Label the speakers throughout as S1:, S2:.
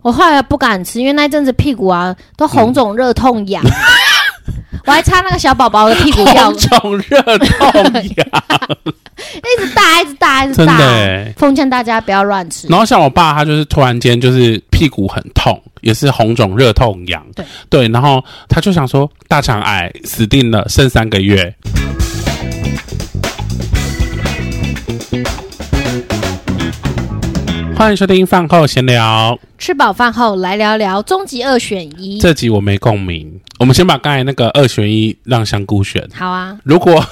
S1: 我后来不敢吃，因为那一阵子屁股啊都红肿、热痛、痒。我还擦那个小宝宝的屁股药
S2: 嗯红，肿热痛痒，
S1: 一直大，一直大，一直
S2: 真的
S1: 大。
S2: 欸。
S1: 奉劝大家不要乱吃。
S2: 然后像我爸，他就是突然间就是屁股很痛，也是红肿热痛痒，
S1: 对
S2: 然后他就想说大肠癌死定了，剩三个月。欢迎收听饭后闲聊，
S1: 吃饱饭后来聊聊终极二选一。
S2: 这集我没共鸣。我们先把刚才那个二选一让香菇选。
S1: 好啊，
S2: 如果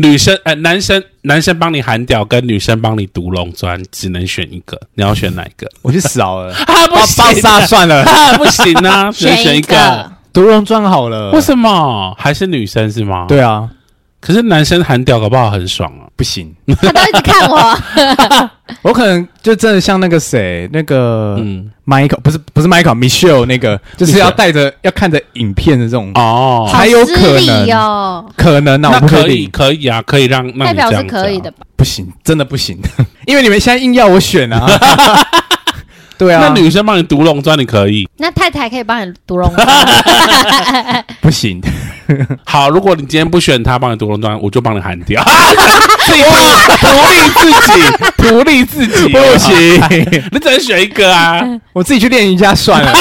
S2: 女生呃男生男生帮你喊屌，跟女生帮你读龙砖，只能选一个，你要选哪一 个？
S3: 我去扫 了，
S2: 啊，不
S3: 巴巴
S2: 行
S3: 萨
S2: 啊，
S3: 算了，
S2: 啊，不行啊，只能
S1: 选
S2: 选
S1: 一
S2: 一个。
S1: 个。
S3: 独龙装好了。
S2: 为什么还是女生是吗？，
S3: 对啊，
S2: 可是男生喊屌搞不好很爽啊。
S3: 不行，
S1: 他都一直看我，
S3: 我可能就真的像那个谁，那个
S2: 嗯，
S3: Michael，不是不是 Michael，Michelle 那个，就是要
S2: Michelle
S3: 带着要看着影片的这种
S2: 哦，
S3: 还有可能
S1: 好失礼哦，
S3: 可能啊，
S2: 那
S3: 我不确
S2: 可以
S3: 定，
S2: 可以啊，可以让那
S1: 代
S2: 你
S1: 表
S2: 这
S1: 是
S2: 样子啊
S1: 可以的。吧？
S3: 不行，真的不行， 因为你们现在硬要我选啊。对啊，
S2: 那女生帮你读龙砖，你可以。
S1: 那太太可以帮你读 龙吗，
S3: 不行，
S2: 好，如果你今天不选他帮你读龙砖，我就帮你喊 屌。
S3: 自己
S2: 独立自己啊
S3: 不行，
S2: 你只能选一个啊！
S3: 我自己去练一下算了。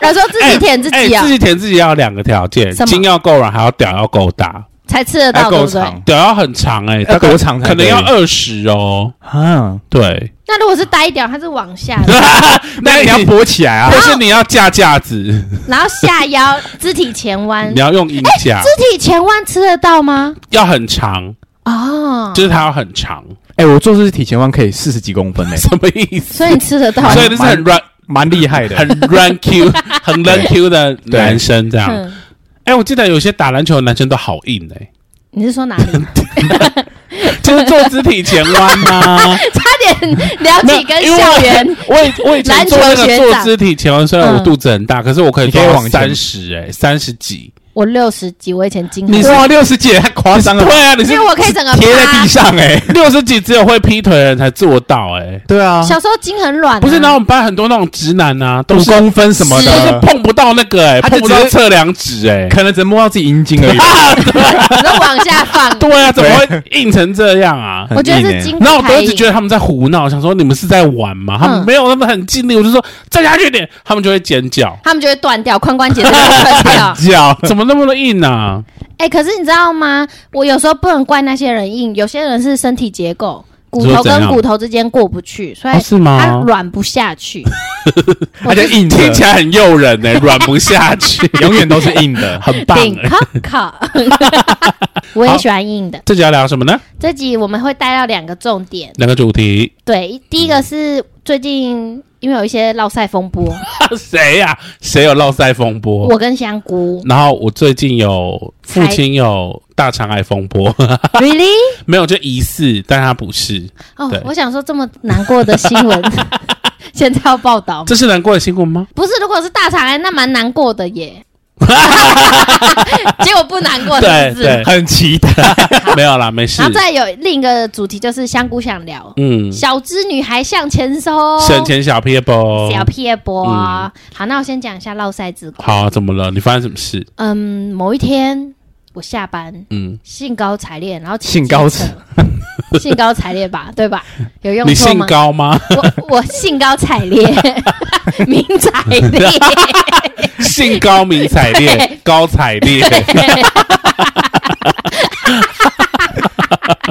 S1: 他说自己舔自
S2: 哎、
S1: 己啊
S2: 自，己舔自己要有两个条件：
S1: 什么
S2: 筋要够软，还要屌要够大。
S1: 才吃得
S3: 要
S1: 到，对
S3: 够
S1: 不对？
S3: 长
S2: 屌要很长哎、
S3: 要
S2: 大概
S3: 多长才
S2: 可能
S3: 可以
S2: 要二十哦。
S3: 啊，
S2: 对，
S1: 那如果是呆屌，它是往下的，
S3: 那你要勃起来啊
S2: 或！是你要架架子，
S1: 然后下腰，肢体前弯，
S2: 你
S1: 肢
S2: 要用衣架，
S1: 体前弯吃得到吗？
S2: 要很长，
S1: 哎哦，
S2: 就是它要很长，
S3: 哎，我做事体前弯可以四十几公分呢，
S2: 什么意思？
S1: 所以你吃得到吗。
S2: 所以就是很软、
S3: 蛮厉害的。
S2: 很软 Q、很软 Q 的男生这样。
S1: 嗯
S2: 哎、我记得有些打篮球的男生都好硬哎、
S1: 你是说 哪里？
S2: 就是做肢体前弯啊。
S1: 差点聊
S2: 没
S1: 起
S2: 有
S1: 跟
S2: 因为
S1: 校园
S2: 我以我以前
S1: 篮
S2: 做
S1: 球
S2: 那个
S1: 学
S2: 做
S1: 长
S2: 肢体前弯，虽然我
S1: 嗯
S2: 肚子很大，可是我可以
S3: 你可以
S2: 做到
S3: 往前
S2: 三十哎，三十几。
S1: 我六十几，我以前经常，
S3: 哇，六十几太夸张了，
S2: 对啊，你是
S1: 因为我可以整个
S3: 贴在地
S1: 趴。
S3: 上哎。
S2: 六十几，只有会劈腿的人才做到哎、
S3: 对啊
S1: 小时候筋很软啊，
S2: 不是，然后我们班很多那种直男啊，都
S3: 五
S2: 是
S3: 公分什么
S2: 都是
S3: 的，
S2: 碰不到那个哎、
S3: 嗯他就
S2: 碰不到
S3: 只是
S2: 测量指哎、
S3: 可能只能摸到自己阴茎而已吧。
S1: 然后往下放。
S2: 对啊，怎么会硬成这样啊？
S1: 我觉得
S3: 很硬
S1: 是
S3: 欸。
S1: 筋
S2: 然后
S1: 骨
S2: 我都
S1: 太
S2: 一直
S1: 硬。
S2: 觉得他们在胡闹，想说你们是在玩吗？他们
S1: 嗯。
S2: 没有，他们很尽力。我就说再下去一点，他们就会尖叫
S1: 他们就会断掉，髋关节就会断掉
S3: 叫
S2: 怎么那么的硬啊？
S1: 哎、可是你知道吗？我有时候不能怪那些人硬，有些人是身体结构，骨
S2: 你
S1: 头
S2: 说怎样
S1: 跟骨头之间过不去，所以
S2: 哦是
S1: 它
S2: 吗？
S1: 软不下 去。
S3: 它就硬的，
S2: 听起来很诱人 呢，软不下去，
S3: 永远都是硬的。
S2: 很棒欸。
S1: 顶靠 靠，我也喜欢硬的。
S2: 这集要聊什么呢？
S1: 这集我们会带到两个重点，
S2: 两个主题。
S1: 对，第一个是最近因为有一些落赛风波，
S2: 谁呀？谁有落塞风波？
S1: 我跟香 菇
S2: 然后我最近有父亲有大肠癌 风波，
S1: ，really？
S2: 没有就疑似，但他不是。
S1: 哦
S2: 对，
S1: 我想说这么难过的新 闻，现在要报道吗
S2: 这是难过的新闻吗？
S1: 不是，如果是大肠癌，那蛮难过的 耶。结果不难过，是
S2: 对
S1: 不是？
S2: 对，
S3: 很期待，
S2: 没有啦，没事
S1: 啊然。后再有另一个主题，就是香菇想聊、
S2: 嗯，
S1: 小资女孩向前收，
S2: 省钱小撇步。
S1: 哦小撇波、啊。好，那我先讲一下落塞之苦。
S2: 嗯好，怎么了？你发生什么事？
S1: 嗯，某一天我下班
S2: 嗯，
S1: 兴高采烈，然后骑
S3: 兴高
S1: 机车 兴高采烈 吧，对吧？有用
S2: 你
S1: 错
S2: 姓
S1: 吗？
S2: 高 吗？
S1: 我我兴高采 烈， 明采烈。
S2: 姓高名采烈
S1: 对，
S2: 高采烈。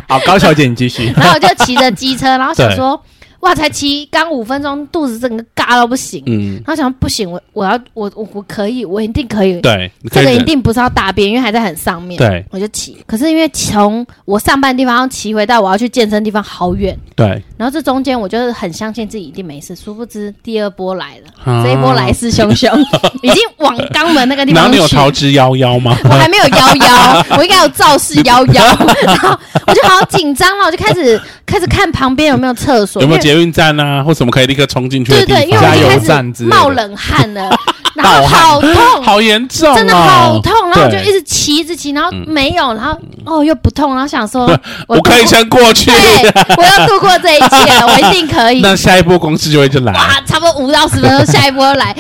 S3: 好，高小姐你继续。
S1: 然后我就骑着机车，然后想说，哇，才骑刚五分钟，肚子整个嘎到不行。
S2: 嗯，
S1: 然后想不行，我我要我我我可以，我一定可以。
S2: 对，你
S1: 这
S2: 可以
S1: 个一
S2: 忍
S1: 定不是要大便，因为还在很上面。
S2: 对
S1: 我就骑。可是因为从我上班的地方要骑回到我要去健身地方好远，
S2: 对。
S1: 然后这中间我就是很相信自己一定没事，殊不知第二波来了，
S2: 啊
S1: 这一波来势汹 汹，已经往肛门那个地
S2: 然后
S1: 方
S2: 你有
S1: 去。
S2: 逃之夭夭吗？
S1: 我还没有幺幺，我应该有肇事幺幺，然后我就好紧张了，我就开始开始看旁边有没有厕所，
S2: 有没有
S1: 因为
S2: 捷运站啊，或什么可以立刻冲进去的
S1: 对对，因
S2: 地方？
S1: 为
S3: 加
S1: 我
S3: 油
S1: 已经开始
S3: 站之类 的
S1: 冒冷汗了，然后
S2: 盗汗
S1: 好痛，
S2: 好严重、哦，
S1: 真的好痛，然后我就
S2: 对
S1: 一直骑，一直骑，然后没有，然后哦又不痛，然后想 说
S2: 嗯我
S1: 度
S2: 可以
S1: 过
S2: 撑过去。
S1: 对，我要度过这一切了，我一定可以。
S2: 那下一波公司就会就来。
S1: 哇，差不多五到十分钟，下一波又来，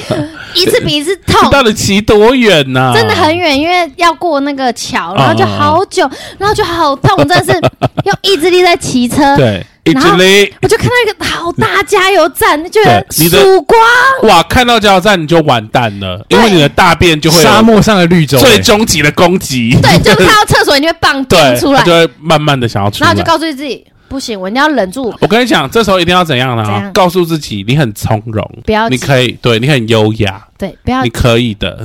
S1: 一次比一次
S2: 你
S1: 痛，
S2: 到底骑多远啊呢、
S1: 真的很远，因为要过那个桥，然后就
S2: 嗯嗯嗯
S1: 好久，然后就好痛，真的是用意志力在骑车。
S2: 对，一
S1: 然
S2: 直
S1: 后
S2: 力
S1: 我就看到一个好大加油站，就觉得
S2: 对你的
S1: 曙光，
S2: 哇，看到加油站你就完蛋了，
S1: 对
S2: 因为你的大便就会有
S3: 沙漠上的绿洲、
S2: 最
S3: 欸
S2: 终极的攻击。
S1: 对， 就看到厕所你会棒
S2: 对
S1: 冰，出来
S2: 它就，会慢慢的想要出
S1: 然
S2: 来
S1: 后就。告诉自己不行，我一定要忍住，
S2: 我跟你讲，这时候一定要怎样呢？
S1: 怎样
S2: 告诉自己你很从容，
S1: 不要急
S2: 你可以，对你很优雅，
S1: 对，不要
S2: 你可以的。，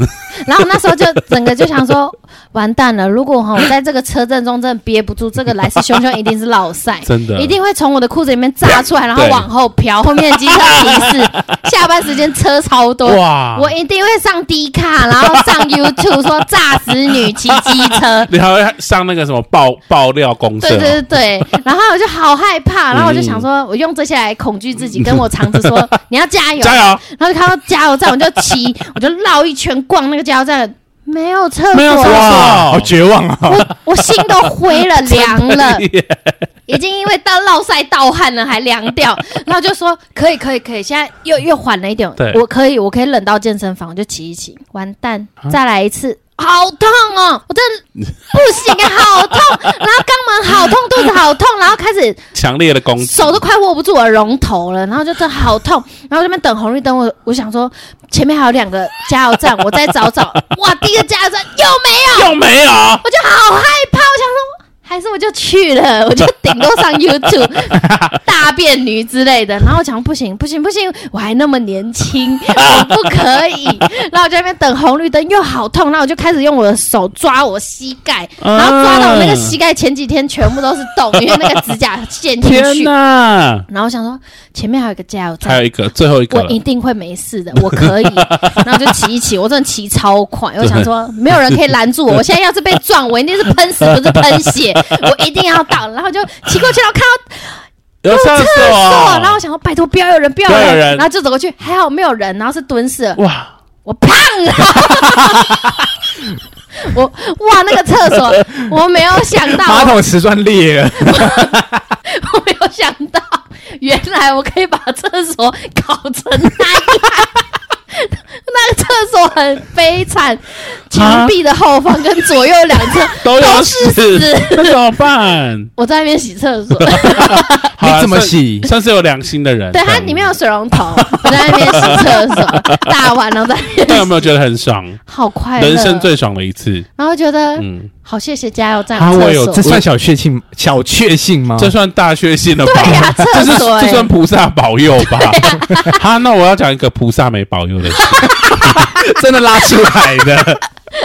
S1: 然后那时候就整个就想说，完蛋了！如果哈我在这个车阵中真的憋不住，这个来势汹汹一定是落塞
S2: 真的
S1: 一定会从我的裤子里面炸出来，然后
S2: 对
S1: 往后飘。后面的机车提 示，下班时间车超多，
S2: 哇，
S1: 我一定会上 D 卡，然后上 YouTube 说炸死女骑机车
S2: 。你还会上那个什么爆爆料公社
S1: 对对对对，然后我就好害怕，然后我就
S2: 嗯
S1: 想说，我用这些来恐惧自己，跟我肠子 说你要加油，
S2: 加油！
S1: 然后就看到加油站，我就骑，我就绕一圈逛那个加油站，没有厕所，
S2: 没有厕所
S3: 哇，好绝望啊！
S1: 我我心都灰了，凉了，
S2: 耶
S1: 已经因为到落晒盗汗了，还凉掉。然后就说可以可以可以，现在又又缓了一点
S2: 对，
S1: 我可以我可以冷到健身房，我就骑一骑。完蛋，再来一次。好痛哦！我真的不行啊，好痛！然后肛门好痛，肚子好痛，然后开始
S2: 强烈的攻击，
S1: 手都快握不住我的龙头了，然后就真的好痛。然后这边等红绿灯，我我想说前面还有两个加油站，我再找找。哇，第一个加油站又没有，
S2: 又没有，
S1: 我就好害怕，我想说。还是我就去了，我就顶多上 YouTube 大便女之类的。然后我想不行不行不行，我还那么年轻，我不可以。然后我就在那边等红绿灯，又好痛。然后我就开始用我的手抓我膝盖，然后抓到我那个膝
S2: 嗯
S1: 盖前几天全部都是洞，因为那个指甲陷进
S2: 天
S1: 去。
S2: 哪！
S1: 然后我想说前面还有一个加油站，
S2: 还有一个，最后一个
S1: 我
S2: 了，
S1: 一定会没事的，我可以。 然后就骑一骑，我真的骑超快，我想说没有人可以拦住我。我现在要是被撞，我一定是喷死，不是喷 血，我一定要到。然后就骑过去，然后看到
S2: 有厕
S1: 厕所，然后我想说拜托不要有人，不要
S2: 不要
S1: 有
S2: 有人
S1: 人，然后就走过去，还好没有人，然后是蹲式，
S2: 哇，
S1: 我 胖了。我哇，那个厕所我没有想到，
S3: 马桶瓷砖裂了，
S1: 我没有想到，原来我可以把厕所搞成那样。那个厕所很悲惨，墙壁的后方跟左右两侧
S2: 都有
S1: 是
S2: 屎
S1: 屎，。
S2: 那怎么 办？
S1: 我在那边洗厕所，
S2: 好啦
S3: 你怎么
S2: 算
S3: 洗
S2: 算是有良心的人。嗯
S1: 对，它里面有水龙头，我在那边洗厕所，大碗然后在那
S2: 那
S1: 边
S2: 有
S1: 洗
S2: 没有觉得很爽？
S1: 好快乐，
S2: 人生，最爽的一次。
S1: 然后觉得
S2: 嗯，
S1: 好谢谢加油站
S3: 啊，我
S1: 厕
S3: 有，
S1: 所
S3: 这，算小确幸，小确幸吗？
S2: 这算大确幸了吧？
S1: 哎对呀，
S2: 这
S1: 厕
S2: 是
S1: 所
S2: 这
S1: 欸
S2: 算菩萨保佑 吧？哈，那我要讲一个菩萨没保佑的事，
S3: 真的拉出来 的，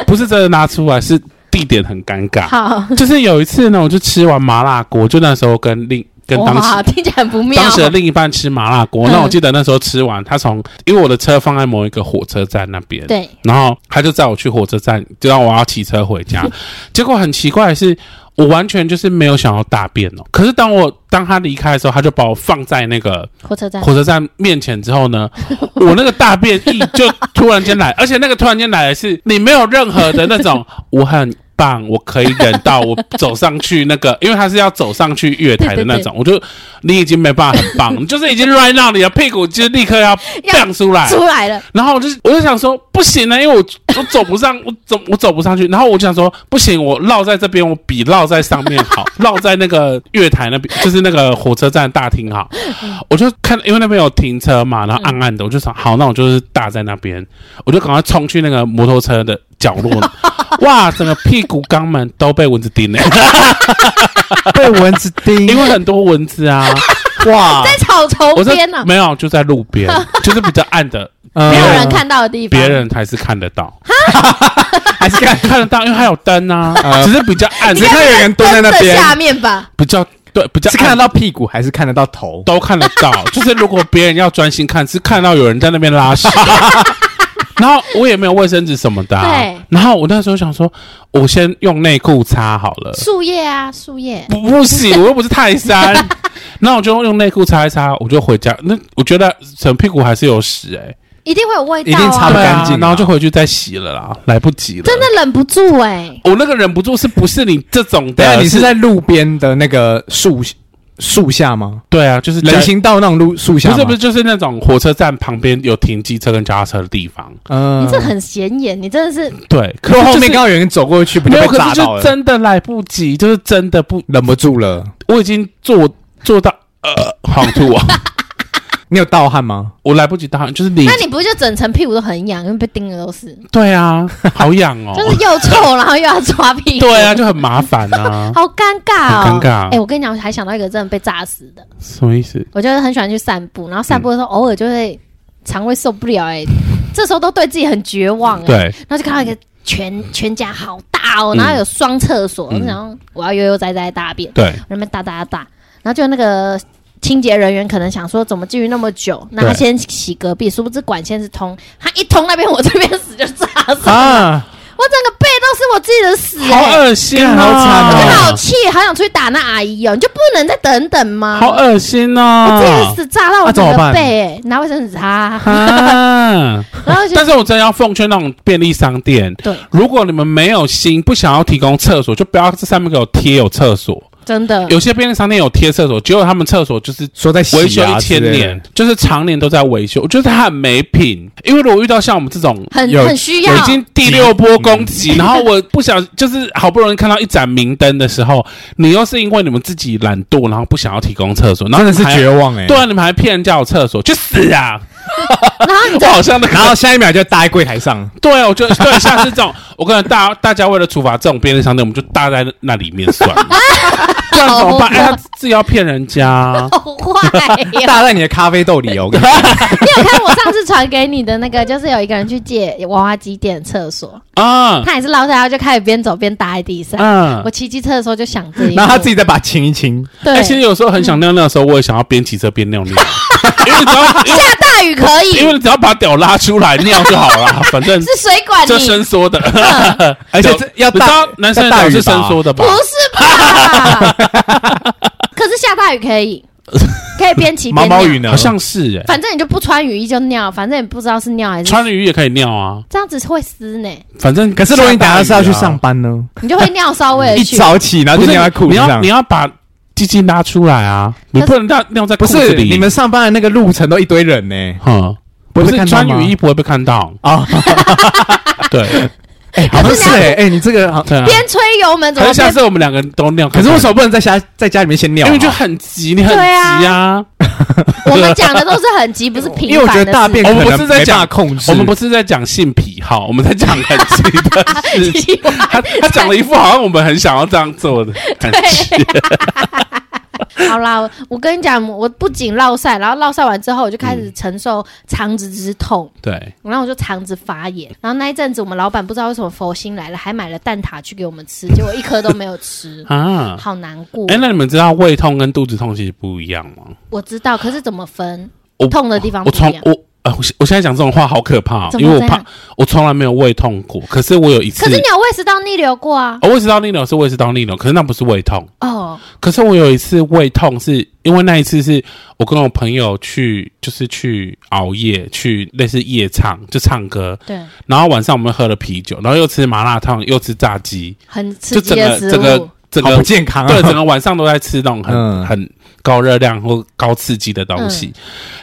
S2: 不是真的拿出来，是地点很尴尬。
S1: 好
S2: 就是有一次呢，我就吃完麻辣锅，就那时候跟另跟当时
S1: 哇，听起来很不妙
S2: 当，时的另一半吃麻辣锅，
S1: 嗯
S2: 那我记得那时候吃完，他从因为我的车放在某一个火车站那边，
S1: 对，
S2: 然后他就载我去火车站，就让我要骑车回家。结果很奇怪的是，我完全就是没有想要大便哦。可是当我当他离开的时候，他就把我放在那个
S1: 火车站
S2: 火车站面前之后呢，我那个大便意就突然间来，而且那个突然间来的是你没有任何的那种我很。棒，我可以忍到我走上去那个，因为他是要走上去月台的那种，我就你已经没办法很棒，你就是已经 right now 你的屁股就立刻要
S1: 要
S2: 亮出来，
S1: 出来了，
S2: 然后我就我就想说不行啊呢，因为我 我走不上，我走我走不上去。然后我就想说不行，我绕在这边，我比绕在上面好，绕在那个月台那边，就是那个火车站大厅好。我就看，因为那边有停车嘛，然后暗暗的，我就想好，那我就是大在那边，我就赶快冲去那个摩托车的角落。哇，整个屁股肛门都被蚊子叮了，
S3: 被蚊子叮，
S2: 因为很多蚊子啊。
S3: 哇，
S1: 在草
S2: 我
S1: 丛
S2: 在
S1: 边啊呢，
S2: 没有就在路边，就是比较暗的，
S1: 没
S3: 没
S1: 有人，看到的地方，
S2: 别人还是看得到。
S3: 还是看，
S2: 看得到，因为它有灯啊，
S3: 嗯
S2: 只是比较暗，
S3: 只
S2: 只
S3: 是
S2: 是
S3: 看有人蹲在那
S1: 蹲
S3: 边
S1: 着，下面吧，
S2: 比较对，比较
S3: 是看得
S2: 到
S3: 到屁股还是看得到头？
S2: 都看得 到。就是如果别人要专心看，是看到有人在那边拉 屎。然后我也没有卫生纸什么的、啊，
S1: 对
S2: 然后我那时候想说，我先用内裤擦好 了，
S3: 呃
S1: 树叶啊，树叶。
S2: 不不行，我又不是泰山。 然后我就用内裤擦一擦，我就回家。那我觉得整屁股还是有屎哎、
S1: 一定会有味
S3: 一
S1: 道
S3: 定擦
S1: 啊
S3: 不，
S2: 对
S3: 干净
S2: 啊
S3: 啊，
S2: 然后就回去再洗了啦，来不及了。
S1: 真的，忍不住哎、
S2: 我哦那个忍不住是不啊是你这种
S3: 等一
S2: 的？
S3: 下你是在路边的那个树树下吗？
S2: 对啊，就是
S3: 人行道那种路树下
S2: 不
S3: 吗？
S2: 是不是，就是那种火车站旁边有停机车跟脚踏车的地方。
S3: 嗯，
S1: 你这很显眼，你真的是
S2: 对，可
S3: 可
S2: 是就
S3: 后
S2: 是
S3: 面刚好有人走过去，不就
S2: 没有，可
S3: 被炸
S2: 是
S3: 到
S2: 就
S3: 了？
S2: 真的来不及，就是真的不，
S3: 忍不住了，
S2: 我已经做做到呃，好想吐啊，
S3: 你有盗汗吗？
S2: 我来不及打，就是你
S1: 那你不就整层屁股都很痒，因为被叮的都是，
S2: 对啊，好痒 哦，
S1: 就是又臭，然后又要抓屁 股，，
S2: 对啊，，就很麻烦啊
S1: 好尴尬哦，
S2: 很尴尬
S1: 哎、我跟你讲，我还想到一个真的被炸死的，
S2: 什么意思？
S1: 我就是很喜欢去散步，然后散步
S3: 嗯
S1: 的时候偶尔就会肠胃受不了、 哎、这时候都对自己很绝望、
S3: 嗯
S1: 哎，
S2: 对，
S1: 然后就看到一个全全家好大哦，
S2: 嗯
S1: 然后有双厕所，
S2: 嗯
S1: 然后我要悠悠哉哉大便，
S2: 对，
S1: 我在那边大大大，然后就那个清洁人员可能想说怎么进去那么久，那他
S2: 对
S1: 先洗隔壁，殊不知管线是通，他一通那边我这边屎就炸死，
S3: 啊，
S1: 我整个背都是我自己的屎、
S2: 好
S1: 欸，
S2: 恶心啊，
S3: 好惨
S1: 我
S3: 哦
S1: 好气，好想出去打那阿姨哦，你就不能再等等吗？
S2: 好恶心
S1: 我自己的
S2: 哦，
S1: 屎炸到我
S3: 那
S1: 整
S3: 怎么
S1: 个
S3: 办
S1: 背、欸，拿卫生纸 擦，
S2: 啊！
S1: 然后就
S2: 但是我真的要奉劝那种便利商店，
S1: 对，
S2: 如果你们没有心，不想要提供厕所，就不要这上面给我贴有厕所。
S1: 真的
S2: 有些便利商店有贴厕所，结果他们厕所就是
S3: 说在洗
S2: 维修
S3: 啊
S2: 一千
S3: 之类的
S2: 年，，就是常年都在维修，我觉得他很没品。因为如果遇到像我们这种。
S1: 很
S3: 有
S1: 很需要
S2: 我已，经第六波攻
S3: 嗯
S2: 击，然后我不想，就是好不容易看到一盏明灯的时候，你又是因为你们自己懒惰，然后不想要提供厕所，然后
S3: 真
S2: 你
S3: 的
S2: 们还
S3: 是绝望哎。
S2: 对啊，你们还骗人家有厕所，去死 啊！
S1: 然后你
S2: 我
S1: 知道
S2: 好像那个
S3: 然后下一秒就搭在柜台上，
S2: 对啊，我觉得对，像是这 种，我跟你大大家为了处罚这种便利商店，我们就搭在那里面 算了，这样怎么办？哎，他自己要骗人家，
S1: 好坏呀、
S3: 搭在你的咖啡豆 里哦。我跟你讲
S1: 你有看我上次传给你的那个，就是有一个人去借娃娃机电厕所，
S2: 嗯
S1: 他也是捞下来就开始边走边搭在地上。
S2: 嗯
S1: 啊我。骑机车的时候就想这一幕，
S3: 然啊后他自己再把它清一清，
S1: 对、
S2: 哎，其实有时候很想尿尿的时候，我也想要边骑车边尿尿，因为你只要因为
S1: 下大雨可以，
S2: 因为你只要把屌拉出来尿就好了， 反正
S1: 是水管
S2: 这
S1: 你
S2: 伸缩的，
S3: 而且这要
S2: 你知
S3: 大
S2: 道男生的
S3: 要大
S2: 屌
S3: 雨
S2: 是
S3: 吧
S2: 伸缩的吧
S1: 不？是吧？ 可是下大雨可以，可以边骑边
S3: 毛 毛
S1: 尿
S3: 雨呢，
S2: 好像是哎，
S1: 反正你就不穿雨衣就尿，反正也不知道是尿还是
S2: 穿了雨也可以尿啊，
S1: 这样子会湿呢，
S2: 反正
S3: 可是如果你等下是要去
S2: 下大雨啊
S3: 上班呢，
S1: 你就会尿稍微
S3: 一
S1: 去。
S3: 早起然后
S2: 不
S3: 就是尿在裤
S2: 啊你
S3: 子
S2: 要
S3: 上
S2: 你。要把鸡鸡拉出来啊！
S1: 可
S2: 你
S1: 是
S2: 不能尿尿在裤
S3: 不
S2: 子
S3: 是
S2: 里。
S3: 你们上班的那个路程都一堆人呢、
S2: 哼，
S3: 不
S2: 不
S3: 会被
S2: 是
S3: 看到
S2: 穿
S3: 吗
S2: 雨衣不会被看到。
S3: 啊，
S2: 对，
S3: 哎、好像是哎、哎、你这个好，
S2: 对 啊。
S1: 边吹油门怎
S2: 可
S1: 么
S2: 是下
S1: 边
S2: 次我们两个人都尿，
S3: 可是为什
S2: 么？
S3: 么不能在家在家里面先尿啊？
S2: 因为就很急，你很
S1: 对啊
S2: 急啊。
S1: 我们讲的都是很 急，不是平
S3: 因为我觉
S1: 凡
S3: 得
S1: 的
S3: 大便
S1: 事
S2: 我们
S3: 可能
S2: 不是在
S3: 没办
S2: 讲
S3: 法控制，
S2: 我们不是在讲性癖好，我们在讲很急的事情。
S1: 情
S2: 他他讲了一副好像我们很想要这样做的感觉。
S1: 好啦，我我跟你讲，我不仅落晒，然后落晒完之后，我就开
S3: 嗯
S1: 始承受肠子之痛，
S2: 对，，
S1: 然后我就肠子发炎。然后那一阵子，我们老板不知道为什么佛心来了，还买了蛋挞去给我们吃，结果一颗都没有吃
S2: 啊。
S1: 好难过。
S2: 哎，那你们知道胃痛跟肚子痛其实不一样吗？
S1: 我知道，可是怎么分
S2: 我？
S1: 痛的地方
S2: 我
S1: 不
S2: 从
S1: 一样。
S2: 我呃，我现我现在讲这种话好可怕、哦，
S1: 怎么
S2: 因为我
S1: 这
S2: 怕
S1: 样
S2: 我从来没有胃痛过，可是我有一次
S1: 可是，你有胃食道逆流过啊？
S2: 哦、胃食道逆流是胃食道逆流，可是那不是胃痛，
S1: 哦，
S2: 可是我有一次胃痛是因为那一次是我跟我朋友去，就是去熬夜，去类似夜唱就唱歌，
S1: 对，
S2: 然后晚上我们喝了啤酒，然后又吃麻辣烫，又吃炸鸡，
S1: 很刺
S2: 就
S1: 激
S2: 整
S1: 的
S2: 个
S1: 食
S2: 整
S1: 物
S2: 个。整
S3: 好不
S2: 个
S3: 健康啊。
S2: 对，整个晚上都在吃那种很、
S3: 嗯
S2: 很高热量或高刺激的东
S1: 嗯
S2: 西。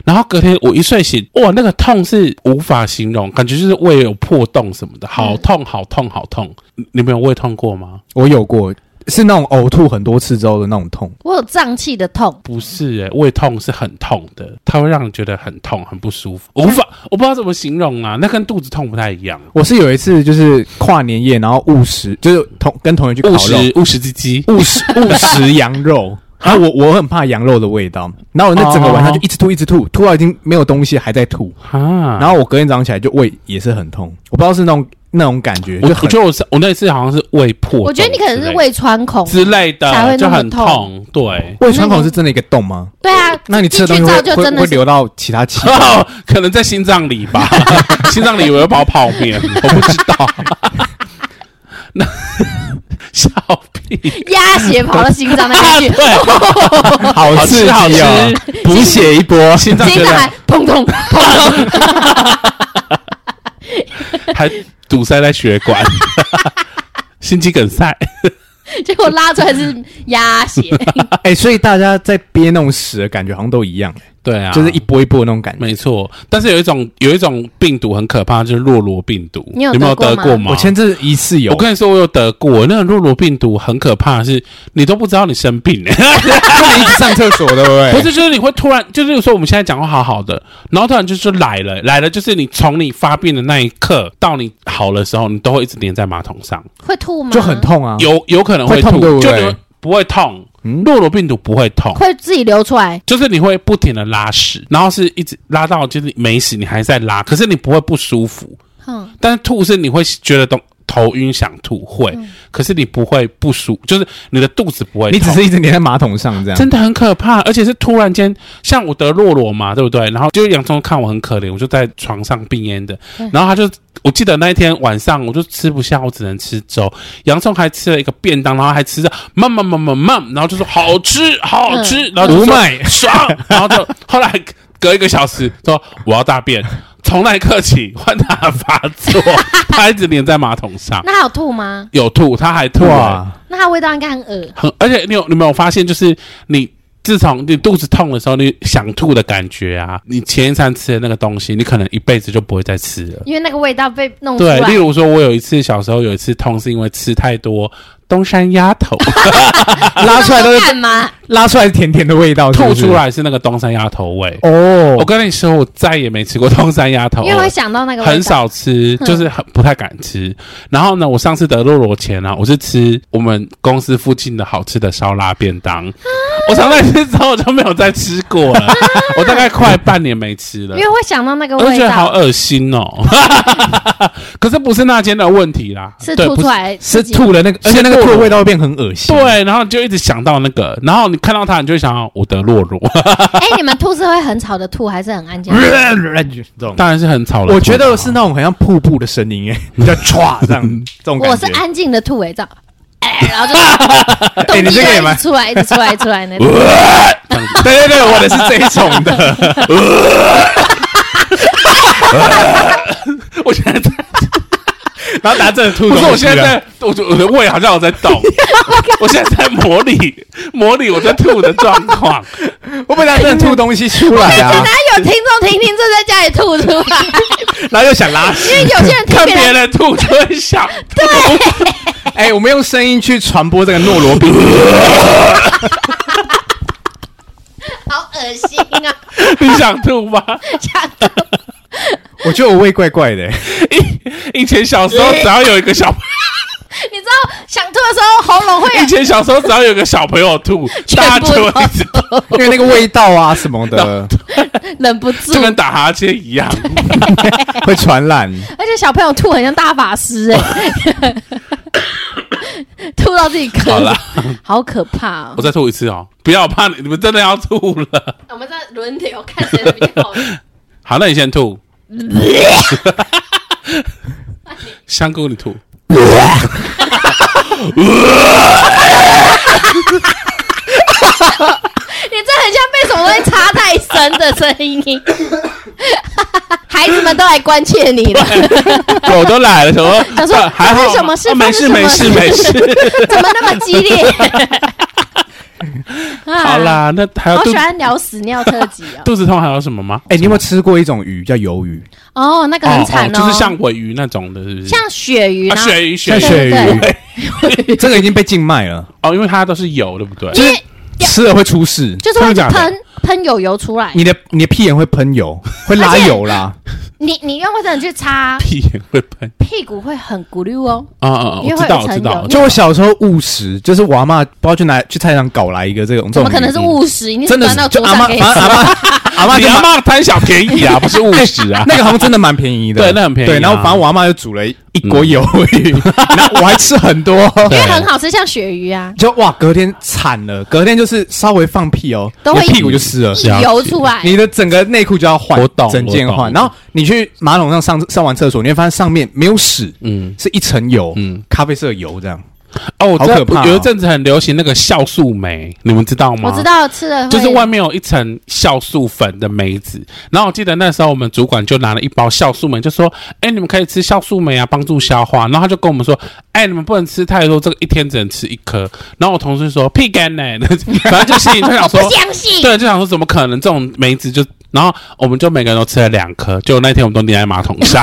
S2: 然后隔天我一睡醒，哇，那个痛是无法形容，感觉就是胃有破洞什么的，
S1: 嗯
S2: 好痛，好痛，好痛。你你们有胃痛过吗？
S3: 我有过，是那种呕吐很多次之后的那种痛。
S1: 我有胀气的痛，
S2: 不是、欸，胃痛是很痛的，它会让你觉得很痛，很不舒服，我无法，我不知道怎么形容啊，那跟肚子痛不太一样。
S3: 我是有一次就是跨年夜，然后误食，就是同跟同学去烤
S2: 务
S3: 肉，
S2: 实务实之鸡，
S3: 误食误食羊肉。啊，我我很怕羊肉的味道，然后我那整个晚上就一直吐，一直吐，吐到已经没有东西还在吐，
S2: 哦啊，
S3: 然后我隔天早上起来就胃也是很痛，我不知道是那种那种感觉，
S2: 我
S3: 就
S2: 我
S3: 很
S2: 觉得我是我那次好像是胃
S1: 我
S2: 破洞之类的，
S1: 觉得你可能是胃穿孔。
S2: 之类的，
S1: 才会那
S2: 就
S1: 么
S2: 很
S1: 痛
S2: 痛，对。
S3: 胃穿孔是真的一个洞吗？
S1: 对啊，
S3: 那你吃的东
S1: 进
S3: 西
S1: 去照
S3: 会
S1: 就
S3: 会
S1: 真的
S3: 会
S1: 是
S3: 流到其他器官？
S2: 哦，可能在 心脏里吧，心脏里有一包泡面，我不知道。那笑屁，啊
S1: 鸭血跑到心脏那边去，
S2: 对，
S3: 好刺激
S2: 好吃
S3: 哦
S2: 好吃！
S3: 补血一波，
S2: 心脏觉
S1: 心脏还
S2: 得
S1: 砰砰砰砰，
S2: 还堵塞在血管，心肌梗塞。
S1: 结果拉出来是鸭血。
S3: 哎，所以大家在憋那种屎的感觉好像都一样，
S2: 对啊，
S3: 就是一波一波的那种感觉。
S2: 没错，但是有一种有一种病毒很可怕，就是洛罗病毒。
S1: 你有
S2: 没
S1: 得
S2: 有
S1: 过
S2: 得
S1: 吗
S2: 过吗？
S3: 我前阵一次有
S2: 我，跟你说，我有得过那个诺罗病毒，很可怕的是，你都不知道你生病、
S3: 不能一直上厕所，对不 对？
S2: 不是，就是你会突然，就是说我们现在讲话好好的，然后突然就是来了，来了，就是你从你发病的那一刻到你好的时候，你都会一直黏在马桶上，
S1: 会吐吗？
S3: 就很，痛啊，
S2: 有有可能
S3: 会
S2: 吐，
S3: 痛对不
S2: 就
S3: 对
S2: 你会不会痛，
S3: 嗯
S2: 诺罗病毒不会痛。
S1: 会自己流出来。
S2: 就是你会不停的拉屎，然后是一直拉到就是没屎，你还在拉，可是你不会不舒服，
S1: 哼，
S2: 但是吐是你会觉得头头晕想吐，会，可是你不会不舒，就是你的肚子不会
S3: 嗯你
S2: 痛，
S3: 只是一直黏在马桶上这样。
S2: 真的很可怕，而且是突然间，像我得洛罗嘛，对不对？然后就洋葱看我很可怜，我就在床上病恹的
S1: 嗯，
S2: 然后他就，我记得那一天晚上我就吃不下，我只能吃粥，洋葱还吃了一个便当，然后还吃着慢慢慢慢慢，然后就说好吃好吃，然后就
S3: 嗯无
S2: 说
S3: 脉
S2: 爽，然后就后来隔一个小时说我要大便。从那一刻起，换他发 作，他一直黏在马桶上，
S1: 那还有吐吗？
S2: 有吐，他还吐、欸，
S3: 哇，
S1: 那它味道应该很恶。
S2: 很，而且你有你有没有发现，就是你自从你肚子痛的时候，你想吐的感觉啊，你前一餐吃的那个东西，你可能一辈子就不会再吃了。
S1: 因为那个味道被弄出
S2: 对，
S1: 来
S2: 例，如说，我有一次小时候有一次痛，是因为吃太多东山鸭 头，
S3: 拉出来都
S1: 那
S3: 是
S1: 它干嘛？
S3: 拉出来是甜甜的味道，是
S2: 吐
S3: 不是
S2: 出。来是那个东山鸭头味。我
S3: 哦，
S2: 跟你说，我再也没吃过东山鸭头
S1: 因
S2: 了，
S1: 为会想到那个味道
S2: 很。少吃，
S1: 嗯
S2: 就是很不太敢吃。然后呢，我上次得洛罗前啊，我是吃我们公司附近的好吃的烧腊便
S1: 啊
S2: 当。我常在吃之后就没有再吃过 了，我大概快半年没吃了
S1: 因。为会想到那个
S2: 我就
S1: 味
S2: 觉得好
S1: 道，
S2: 恶心哦， 可是不是那间的问题啦，
S1: 是
S2: 对
S1: 吐
S2: 不
S1: 出来
S3: 是
S1: 自己，
S3: 吐了那个，而且那个
S2: 是吐
S3: 吐的
S2: 了
S3: 味道会变很恶心。，
S2: 对，然后就一直想到那个，然后你看到它，你就会想到我得洛罗，
S1: 哎，你们吐是会很吵的吐，还是很安静？
S3: 这种
S2: 当然是很吵了。
S3: 我觉得
S2: 嗯
S3: 是那种很像瀑布的声音，哎，比 较歘这样，这种
S1: 我
S3: 感
S1: 是
S3: 觉。
S1: 安静的吐，哎，这样，哎，然后就动
S3: 哎，你
S1: 力
S3: 这
S1: 就
S3: 个也
S1: 一
S3: 蛮
S1: 直出来，一直出来，一直出来那种。
S2: 这样子
S3: 对对对，我的是这一种的，
S2: 我现在在
S3: 然后拿着吐
S2: 不
S3: 东
S2: 是，
S3: 西。
S2: 我现在在，我我的胃好像有在动，我现在在模拟模拟我在吐的状况。
S3: 我本来真的吐东西出来 啊，
S1: 哪有听众听听这在家里吐出来？
S3: 然后又想拉屎
S1: 因。为有些人听
S2: 看
S1: 别
S2: 别
S1: 人，
S2: 人吐就会想，
S3: 哎，我们用声音去传播这个诺罗病，
S1: 好恶心啊！
S2: 你想吐吗？
S1: 想吐
S3: 我觉得我胃怪怪的，哎
S2: 以前小时候只要有一个小，
S1: 你知道想吐的时候喉咙会
S2: 以前小时候只要有一个小朋友吐，大家
S1: 哎全部
S2: 就会
S1: 都
S3: 因为那个味道啊什么的
S1: 忍不住
S2: 就，跟打哈欠一样。
S3: 会传染。
S1: 而且小朋友吐很像大法师哎、 吐到自己咳，
S2: 好啦，
S1: 好可怕哦
S2: 我！再吐一次哦，不要怕你，你们真的要吐了。
S1: 我们在轮流看谁的比较 好。
S2: 好，那你先吐。 香菇，你吐。
S1: 你这很像被什么东西插太深的声音。 孩子们都来关切你了，
S2: 狗都来了，什么？
S1: 想说
S2: 还好
S1: 发
S2: 吗
S1: 生什么事
S2: 哦没事
S1: 发
S2: 没
S1: 生什
S2: 事
S1: 么
S2: 没事。
S1: 怎么那么激烈？ 啊
S2: 好，啦，那还有
S1: 好
S2: 肚
S1: 喜欢聊屎尿特辑 哦。
S2: 肚子痛还有什么吗？
S3: 哎，你有没有吃过一种鱼叫鱿鱼？
S1: 哦，那个很惨
S2: 哦就是像尾鱼那种的，是不是？
S1: 像鳕鱼
S2: 啊，
S1: 呢，
S2: 鳕鱼，鳕
S3: 像
S2: 鱼
S3: 鳕
S1: 对对
S3: 鱼，这个已经被禁卖了，
S2: 哦，因为它都是油，对不对？
S1: 因为
S3: 吃了会出事。
S1: 就是会一直
S2: 真的假的
S1: 喷喷油油出来。
S3: 你的你的屁眼会喷油，会拉
S1: 而且
S3: 油啦。
S1: 你你用卫生纸去擦
S2: 屁眼会喷
S1: 屁股会很咕溜哦。
S2: 啊啊！啊！
S1: 因为
S2: 我
S1: 会有
S2: 知道，我
S1: 层
S2: 知道
S1: 油，
S3: 就我小时候务实，就是我阿妈不知道去哪去菜市场搞来一个这种，
S1: 怎么可能是
S3: 实？
S1: 务实？你
S3: 真的
S1: 端
S3: 是
S1: 到
S3: 就
S1: 桌
S3: 阿妈，
S1: 上给你
S3: 反正阿
S1: 吃，
S3: 妈阿妈
S2: 你
S3: 就
S2: 阿
S3: 买。
S2: 妈贪小便宜啊，不是务实 啊
S3: 那个好像真的蛮便宜的，
S2: 对那很便宜啊
S3: 对，然后反正我阿妈就煮了一一锅嗯 鱿鱼，然后我还吃很多，
S1: 因为很好吃，像鳕鱼啊，
S3: 就哇，隔天惨了，隔天就是稍微放屁哦，
S1: 都会
S2: 啊
S3: 你的屁股就湿了。
S1: 一油出来。
S3: 你的整个内裤就要换，
S2: 我懂
S3: 整件
S2: 我懂
S3: 换。然后你去马桶上上上完厕所，你会发现上面没有屎，
S2: 嗯
S3: 是一层油，
S2: 嗯，
S3: 咖啡色油这样。
S2: 哦，我知道
S3: 好可怕哦
S2: 有一阵子很流行那个酵素酶，你们知道吗？
S1: 我知。道吃了会
S2: 就是外面有一层酵素粉的梅子，然后我记得那时候我们主管就拿了一包酵素梅，就说：“哎、你们可以吃酵素梅啊，帮助消化。”然后他就跟我们说：“哎、你们不能吃太多，这个一天只能吃一颗。”然后我同事说：“屁干呢、 反正就心里就想说
S1: 我 不相信，
S2: 对，就想说怎么可能这种梅子就，然后我们就每个人都吃了两颗，结果那天我们都黏在马桶 上，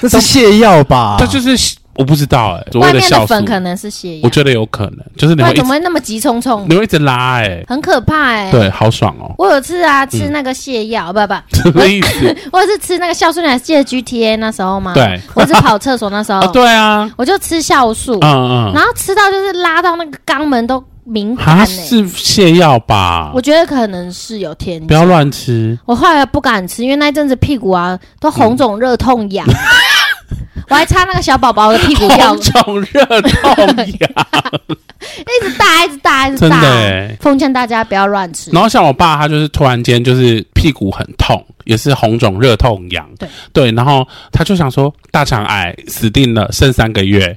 S3: 这是泻药吧？
S2: 这就是我不知道哎、所谓
S1: 外面
S2: 酵
S1: 的
S2: 素
S1: 粉，可能是血
S2: 我
S1: 压，
S2: 觉得有可能，就是
S1: 不
S2: 你会
S1: 然
S2: 一
S1: 怎
S2: 直
S1: 么会那么急匆匆？
S2: 你会一直拉哎、
S1: 很可怕哎、
S2: 对，好爽哦，
S1: 我有吃啊，吃那个泻药，不不，
S2: 什么意 思？
S1: 我有是吃那个酵素奶，记得 GTA 那时候吗？，
S2: 对
S1: 我是跑厕所那时候，
S2: 啊，对啊，
S1: 我就吃酵素，
S2: 嗯嗯，
S1: 然后吃到就是拉到那个肛门都敏感
S2: 它
S1: 哎、
S2: 啊是啊泻药吧
S1: 我？觉得可能是有天
S2: 不
S1: 机。
S2: 要乱吃，
S1: 我后来不敢吃，因为那一阵子屁股啊都红肿、热痛、 痒，我还擦那个小宝宝的屁股药啊
S2: 红，肿 热痛呀。
S1: 一直大，一直大，一直
S2: 真的
S1: 大。
S2: 欸
S1: 奉劝大家不要乱吃。
S2: 然后像我爸，他就是突然间就是屁股很痛，也是红肿热痛痒，
S1: 对
S2: 然后他就想说大肠癌死定了，剩三个月，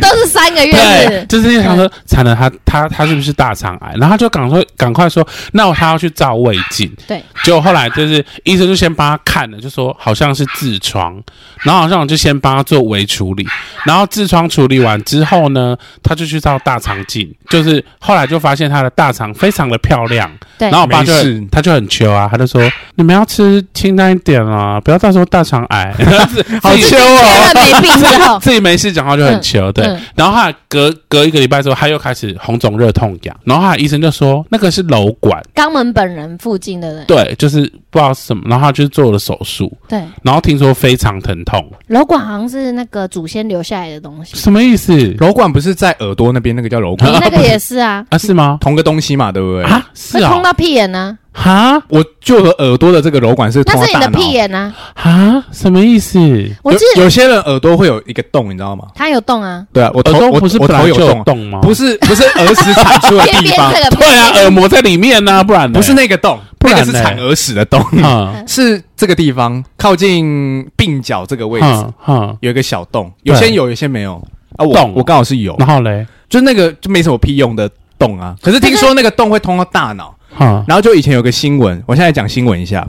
S1: 都是三个月
S2: 对，
S1: 是
S2: 就是想说，惨了，他他他是不是大肠癌？然后他就赶快赶快说，那我他要去照胃镜。
S1: 对，
S2: 结果后来 就是医生就先帮他看了，就说好像是痔疮，然后好像我就先帮他做微处理，然后痔疮处理完之后呢，他就去照大肠镜，就是后来就发现他的大肠非常的漂亮。
S1: 对
S2: 然后我爸就
S3: 没事
S2: 他就很求啊，他就说你们要吃清淡一点啊，不要到时候大肠癌。
S3: 好
S2: 自己，
S3: 秋
S1: 真
S3: 哦，
S1: 的没病之后
S2: 自己 没事讲话就很糗，对。
S1: 嗯
S2: 然后他隔隔一个礼拜之后，他又开始红肿热痛痒，然后他医生就说那个是瘘管，
S1: 肛门本人附近的人，
S2: 对，就是不知道是什么，然后他就做了手术，
S1: 对，
S2: 然后听说非常疼痛，
S1: 瘘管好像是那个祖先留下来的东西，
S2: 什么意思
S3: 柔管不是在耳朵那边，那个叫柔
S1: 你
S3: 管，
S1: 那个也是啊，
S2: 啊？是吗？
S3: 同个东西嘛，对不对？
S2: 啊，
S1: 会
S2: 是啊
S1: 通，到屁眼呢，
S2: 哈
S3: 我就和耳朵的这个柔管是通
S1: 那
S3: 到
S1: 是你
S3: 大
S1: 的
S3: 脑。
S1: 屁眼呢。
S2: 哈，什么意思？
S1: 我记
S3: 有
S1: 得
S3: 有些人耳朵会有一个洞，你知道吗？
S1: 它有洞啊，
S3: 对啊，我
S2: 耳
S3: 头
S2: 朵
S3: 我
S2: 不是
S3: 我
S2: 本
S3: 头
S2: 来
S3: 有
S2: 就
S3: 洞
S2: 有
S3: 啊，
S2: 洞吗？
S3: 不，是不是儿时产出的
S1: 偏
S3: 地
S1: 偏
S3: 方
S1: 哎这，个
S2: 对啊，耳膜在里面呢，不然呢
S3: 不是那个洞，
S2: 不然
S3: 那个是
S2: 嘞
S3: 产儿屎的 洞，
S2: 嗯
S3: 是这个地方靠近鬓角这个位置
S2: 嗯嗯，
S3: 有一个小洞，
S2: 对哦
S3: 有些有，有些没有啊。我
S2: 洞
S3: 我刚好是有，
S2: 然后嘞，
S3: 就那个就没什么屁用的洞啊。可是听说那个洞会通到大脑，
S2: 嗯，
S3: 然后就以前有个新闻，我现在讲新闻一下，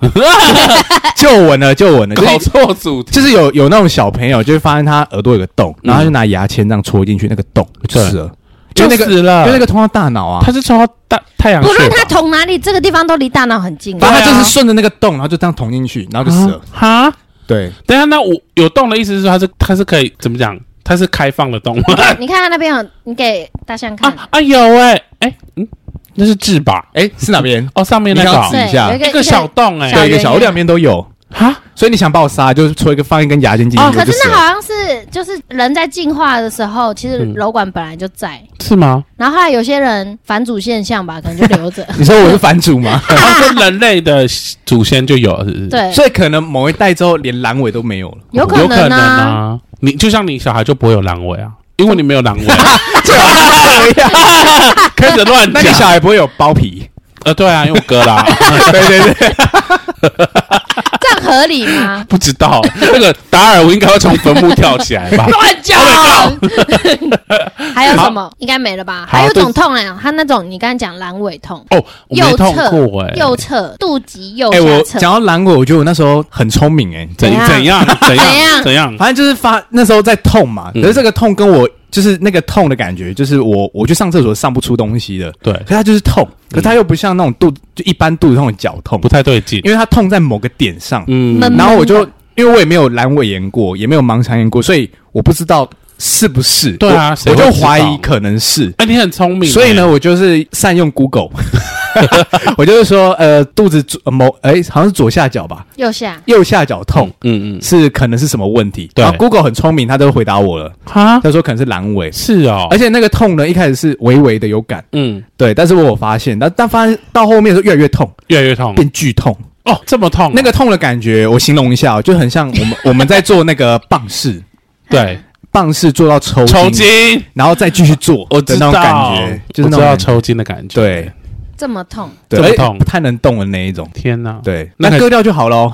S3: 旧闻了，旧闻了，就
S2: 搞
S3: 是
S2: 错主题，
S3: 就是有有那种小朋友，就会发现他耳朵有个洞，然后他就拿牙签这样戳进去，那个洞就
S2: 嗯对嗯
S3: 死了，就那个
S2: 死了，
S3: 就那个通到大脑啊
S2: 他。是抽到大太阳
S1: 不
S2: 穴
S1: 论
S2: 吧，
S1: 它捅哪里，这个地方都离大脑很近。
S3: 反正他
S2: 对
S3: 就
S2: 啊
S3: 是顺着那个洞，然后就这样捅进去，然后就死了。
S2: 啊哈，
S3: 对，
S2: 等一下，那我有洞的意思是说它是它是可以怎么讲？它是开放的洞 吗？
S1: 你看它那边有，你给大象看，
S2: 啊啊有哎、哎、嗯，那是痣吧？
S3: 哎，是哪边？
S2: 哦，上面那个
S3: 你刚
S2: 哦
S3: 指一下
S1: 对有
S2: 一个小洞哎、
S1: 小
S3: 对，一个
S1: 圆
S3: 小，
S1: 圆
S3: 我两边都有。
S2: 哈，
S3: 所以你想把我杀，就是戳一个放一根牙尖进去
S1: 哦，
S3: 我
S1: 可
S3: 就是死
S1: 那
S3: 了。
S1: 好像是就是人在进化的时候，其实
S2: 嗯
S1: 瘘管本来就在，
S2: 是 吗？
S1: 然后后来有些人反祖现象吧，可能就留 着。
S2: 嗯
S3: 你说我是反主吗？
S2: 它是哦人类的祖先就有了，是不是？，
S1: 对，
S3: 所以可能某一代之后连阑尾都没有了，
S1: 有
S2: 可
S1: 能
S2: 能。啊。你就像你小孩就不会有阑尾啊，因为你没有 阑尾、 开始乱
S3: 啊那
S2: 讲
S3: 你。小孩不会有包皮？
S2: 呃，对啊，因为我割啦，？
S3: 对对对，
S1: 这样合理吗
S2: 不知道那个达尔文应该会从坟墓跳起来 吧？
S1: 乱讲。还有什么？应该没了吧？
S2: 好
S1: 还有一种
S2: 对
S1: 痛呢，它那种你刚才讲阑尾痛，
S2: 哦，我没
S1: 右
S2: 痛
S1: 侧
S2: 过欸哎、
S1: 右侧肚脐右
S3: 哎，我
S1: 下侧。
S3: 讲到阑尾，我觉得我那时候很聪明哎，
S2: 怎
S1: 怎
S2: 样怎
S1: 怎
S2: 样
S1: 样
S2: 怎样？
S3: 反正就是发那时候在痛嘛，
S2: 嗯
S3: 可是这个痛跟我就是那个痛的感觉，就是我我去上厕所上不出东西的，
S2: 对
S3: 可，是它就是痛，可是它又不像那种肚就一般肚子痛的绞痛
S2: 不，太对劲。
S3: 因为它痛在某个点上，
S2: 嗯
S1: 闷
S3: 然后我就因为我也没有阑尾炎过，也没有盲肠炎过，所以我不知道是不是。
S2: 对啊
S3: 我
S2: 谁
S3: 我
S2: 会
S3: 就
S2: 知道
S3: 怀疑可能是。
S2: 哎、你很聪明、
S3: 所以呢，，我就是善 用 Google，我就是说，呃，肚子左呃某哎、好像是左下角吧，
S1: 右下，
S3: 右下角痛、
S2: 嗯嗯，
S3: 是可能是什么问题？
S2: 对
S3: 然后 Google 很聪明，他都回答我 了，
S2: 哈，
S3: 他说可能是阑尾，
S2: 是哦，
S3: 而且那个痛呢，一开始是微微的有感，
S2: 嗯，
S3: 对，但是我有发现，但但发现到后面的时候越来越痛，
S2: 越来越痛
S3: 变剧痛。
S2: 哦，这么痛啊、
S3: 那个痛的感觉，我形容一下哦，就很像我们 我们在做那个棒式，
S2: 对
S3: 棒式做到抽
S2: 抽筋，
S3: 然后再继续做，
S2: 我
S3: 的
S2: 知道，
S3: 那种感觉，
S2: 我知
S3: 就是那种
S2: 道
S3: 感觉
S2: 抽筋的感觉。
S3: 对，
S1: 这么痛，
S3: 对，
S2: 这么
S3: 而且
S2: 痛
S3: 不太能动的那一种。
S2: 天哪，
S3: 对，
S2: 那
S3: 那
S2: 个
S3: 割掉就好了哦。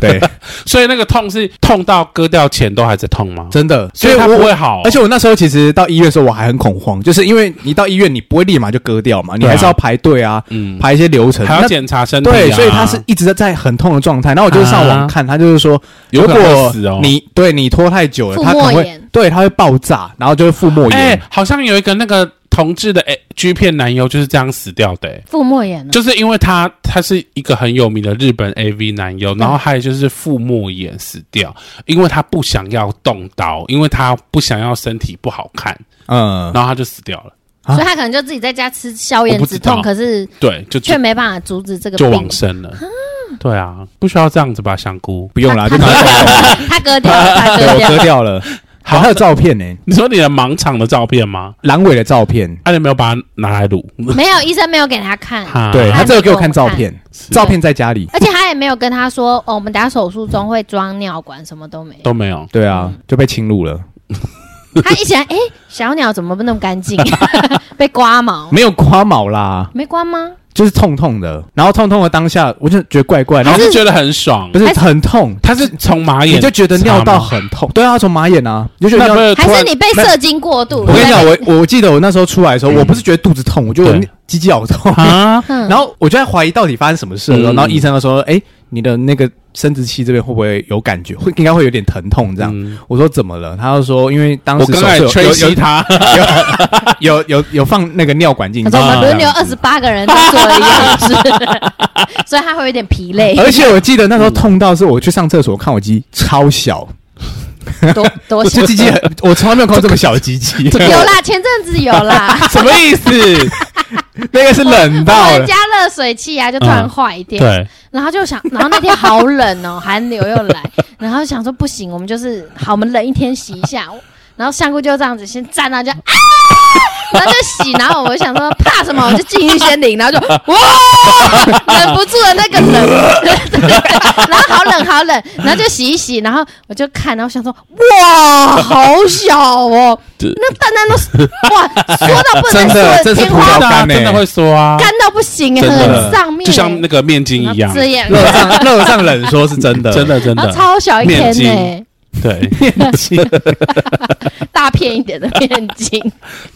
S3: 对，
S2: 所以那个痛是痛到割掉前都还在痛吗？
S3: 真的，
S2: 所以它
S3: 我
S2: 不会好
S3: 而且我那时候其实到医院的时候，我还很恐慌，就是因为你到医院，你不会立马就割掉嘛，你
S2: 对啊
S3: 还是要排队啊，
S2: 嗯，
S3: 排一些流程。
S2: 还
S3: 那
S2: 要检查身体啊、
S3: 对，所以他是一直在在很痛的状态。然后我就上网看，他就是说，
S2: 有
S3: 如
S2: 可能会
S3: 果
S2: 死哦
S3: 你对你拖太久了，
S1: 腹
S3: 他可
S1: 膜
S3: 能会
S1: 炎
S3: 对他会爆炸，然后就会腹膜
S2: 哎、
S3: 炎。
S2: 好像有一个那个同志的哎、G 片男优就是这样死掉的、哎
S1: 腹膜炎啊，
S2: 就是因为他他是一个很有名的日本 AV 男优，
S3: 嗯
S2: 然后还有就是腹膜炎死掉，因为他不想要动刀，因为他不想要身体不好看，
S3: 嗯，
S2: 然后他就死掉了。
S3: 啊
S1: 所以他可能就自己在家吃消
S2: 我
S1: 炎
S2: 不知
S1: 止痛，
S2: 道
S1: 可是
S2: 对，就
S1: 却
S2: 就
S1: 没办法阻止这个
S2: 就
S1: 病。
S2: 往生了。对啊，不需要这样子吧，香菇。
S3: 不用啦，就
S1: 他
S3: 拿
S1: 他割掉了，他
S3: 对
S1: 割
S3: 我
S2: 啊
S1: 掉
S3: 割
S1: 了。
S3: 掉了。好，还有照片呢，
S2: 你说你的盲场的照片吗？
S3: 阑尾的照片。
S2: 啊，你没有把它拿来 录？
S1: 没有，医生没有给他看，
S2: 哈
S3: 对他
S1: 还
S3: 这个
S1: 没
S3: 给我看
S1: 给
S3: 照
S1: 我看
S3: 片，照片在家里。
S1: 而且他也没有跟他说，哦，我们打手术中会装尿管，什么都没有。
S2: 都没有。
S3: 对啊，
S2: 嗯
S3: 就被侵入了，
S1: 他一起来，哎，小鸟怎么那么干 净？被刮毛？
S3: 没有刮毛啦，
S1: 没刮吗？
S3: 就是痛痛的，然后痛痛的当下，我就觉得怪怪，然
S2: 然后
S3: 后
S1: 还
S2: 就是觉得很爽
S3: 不，是
S1: 还是
S3: 很痛，
S2: 他是从嗯马眼，
S3: 你就觉得尿道很痛，对啊，从马眼啊，你就觉
S2: 那
S3: 得
S2: 不
S3: 尿。
S2: 会突
S1: 还是
S2: 然
S1: 你被射精过度？
S3: 我跟你讲，
S1: 对不对
S3: 我我记得我那时候出来的时候，我不是觉得肚子痛，我觉得我
S2: 嗯对
S3: 鸡鸡好痛，
S2: 啊？
S1: 嗯
S3: 然后我就在怀疑到底发生什么事了。
S2: 嗯
S3: 然后医生就说：“哎，你的那个生殖器这边会不会有感觉？会应该会有点疼痛这样。
S2: 嗯”
S3: 我说：“怎么了？”他就说：“因为当
S2: 我
S3: 时手
S2: 刚才
S3: 术有
S2: 吹
S3: 有
S2: 嘘他，
S3: 有有有有放那个尿管进
S1: 嗯
S3: 去
S1: 可是，我们
S2: 啊
S1: 轮流二十八个人都做了一样的事，所以他会有点疲累，
S3: 而且我记得那时候痛到是我去上厕所看我
S1: 嗯
S3: 鸡超小，
S1: 多多
S3: 哎我
S1: 想
S3: 这。鸡鸡很，我从来没有看过这么小的 鸡鸡，
S1: 有啦，前阵子有啦，
S3: 什么意 思？那个是冷
S1: 我
S3: 到
S1: 们
S3: 了，
S1: 家热水器啊就突然坏掉，
S2: 对，
S1: 然后就想，然后那天好冷哦，寒流又来， 然后想说不行，我们就是好，我们冷一天洗一下。然后香菇就这样子先站那就啊，然后就洗，然后我想说怕什么，我就进去先领，然后就 哇，忍不住的那个冷， 然后好冷好冷，然后就洗一洗，然后我就看，然后想说哇，好小哦，那蛋蛋都哇缩到不能
S3: 真的
S1: 缩，
S3: 这是
S1: 天
S3: 葡
S1: 花
S3: 萄
S2: 真
S1: 板
S2: 的啊
S3: 干欸
S2: 真的会说啊，
S1: 干到不行，
S2: 真的啊
S1: 很上面欸，
S2: 就像那个面筋一样，
S1: 这样
S3: 热上热上冷说是真的，
S2: 真的真
S1: 然后啊
S2: 的，
S1: 超小一
S2: 面
S1: 片
S2: 筋
S1: 呢、
S2: 对，
S1: 大片一点的面筋，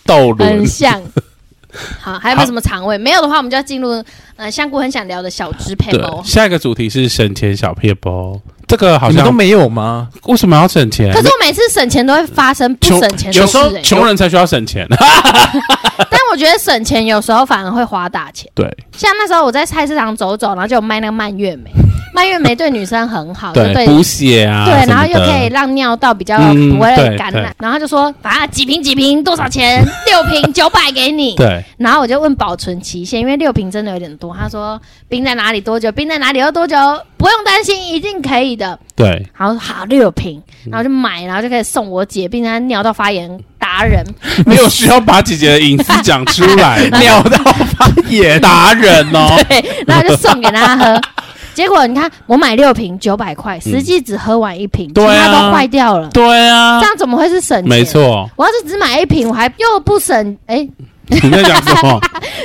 S2: 豆轮
S1: 很 像。好，还有没
S2: 好
S1: 有什么肠胃？没有的话，我们就要进入呃香菇很想聊的小支配
S2: 对，
S1: 哦。
S2: 下一个主题是省钱小撇包，这个好
S3: 你们都
S2: 像
S3: 没有吗？
S2: 为什么要省钱
S1: 可？是我每次省钱都会发生不
S2: 穷
S1: 省钱
S2: 有
S1: 的
S2: 时
S1: 事、
S2: 候
S1: 欸，
S2: 穷人才需要省钱，啊
S1: 但我觉得省钱有时候反而会花大钱。
S2: 对，
S1: 像那时候我在菜市场走走，然后就有卖那个蔓越 莓，蔓越莓对女生很好，哦就对
S2: 补血啊，
S1: 对，然后
S2: 什
S1: 又
S2: 么的
S1: 可以让尿道比较
S2: 嗯
S1: 不会
S2: 对
S1: 感
S2: 对
S1: 染，然后就说反正几瓶几瓶多少 钱，六瓶九百给你，
S2: 对，
S1: 然后我就问保存期限，因为六瓶真的有点多。他说冰在哪里多久，冰在哪里要多久，不用担心，一定可以的。
S2: 对，
S1: 然后说好六瓶，
S2: 嗯
S1: 然后就买，然后就开始送我姐，并且她尿道发炎达人，
S2: 你有需要把姐姐的隐私讲出来，
S3: 尿到发 炎，
S2: 达人 哦，
S1: 对，然后就送给她喝。结果你看，我买六瓶九百块，实际只喝完一瓶，
S2: 嗯对啊
S1: 其他都坏掉了，
S2: 对啊
S1: 这，样怎么会是省钱？
S2: 没，错，
S1: 我要是只买一瓶，我还又不省，哎，
S2: 你在讲什 么？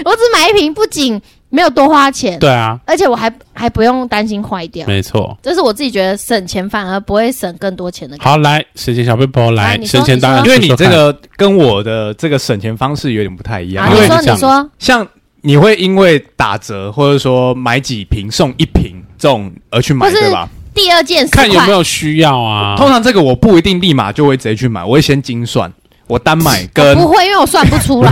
S1: 我只买一瓶，不仅没有多花钱，
S2: 对啊，
S1: 而且我还还不用担心坏掉。
S2: 没错。
S1: 这是我自己觉得省钱反而不会省更多钱的感觉。
S2: 好，来，省钱小背包
S1: 来
S2: 来，
S1: 啊你说
S2: 省钱达人，
S1: 你
S3: 因
S1: 说
S3: 为你这个跟我的这个省钱方式有点不太一样，
S1: 啊，
S3: 因
S1: 你
S3: 为
S1: 说
S2: 这样
S1: 你说，
S3: 像你会因为打折或者说买几瓶送一瓶这种而去买，
S1: 或是
S3: 对吧？
S1: 第二件十块
S2: 看有没有需要啊。
S3: 通常这个我不一定立马就会直接去买，我会先精算，我单买跟
S1: 呃不会，因为我算不出 来。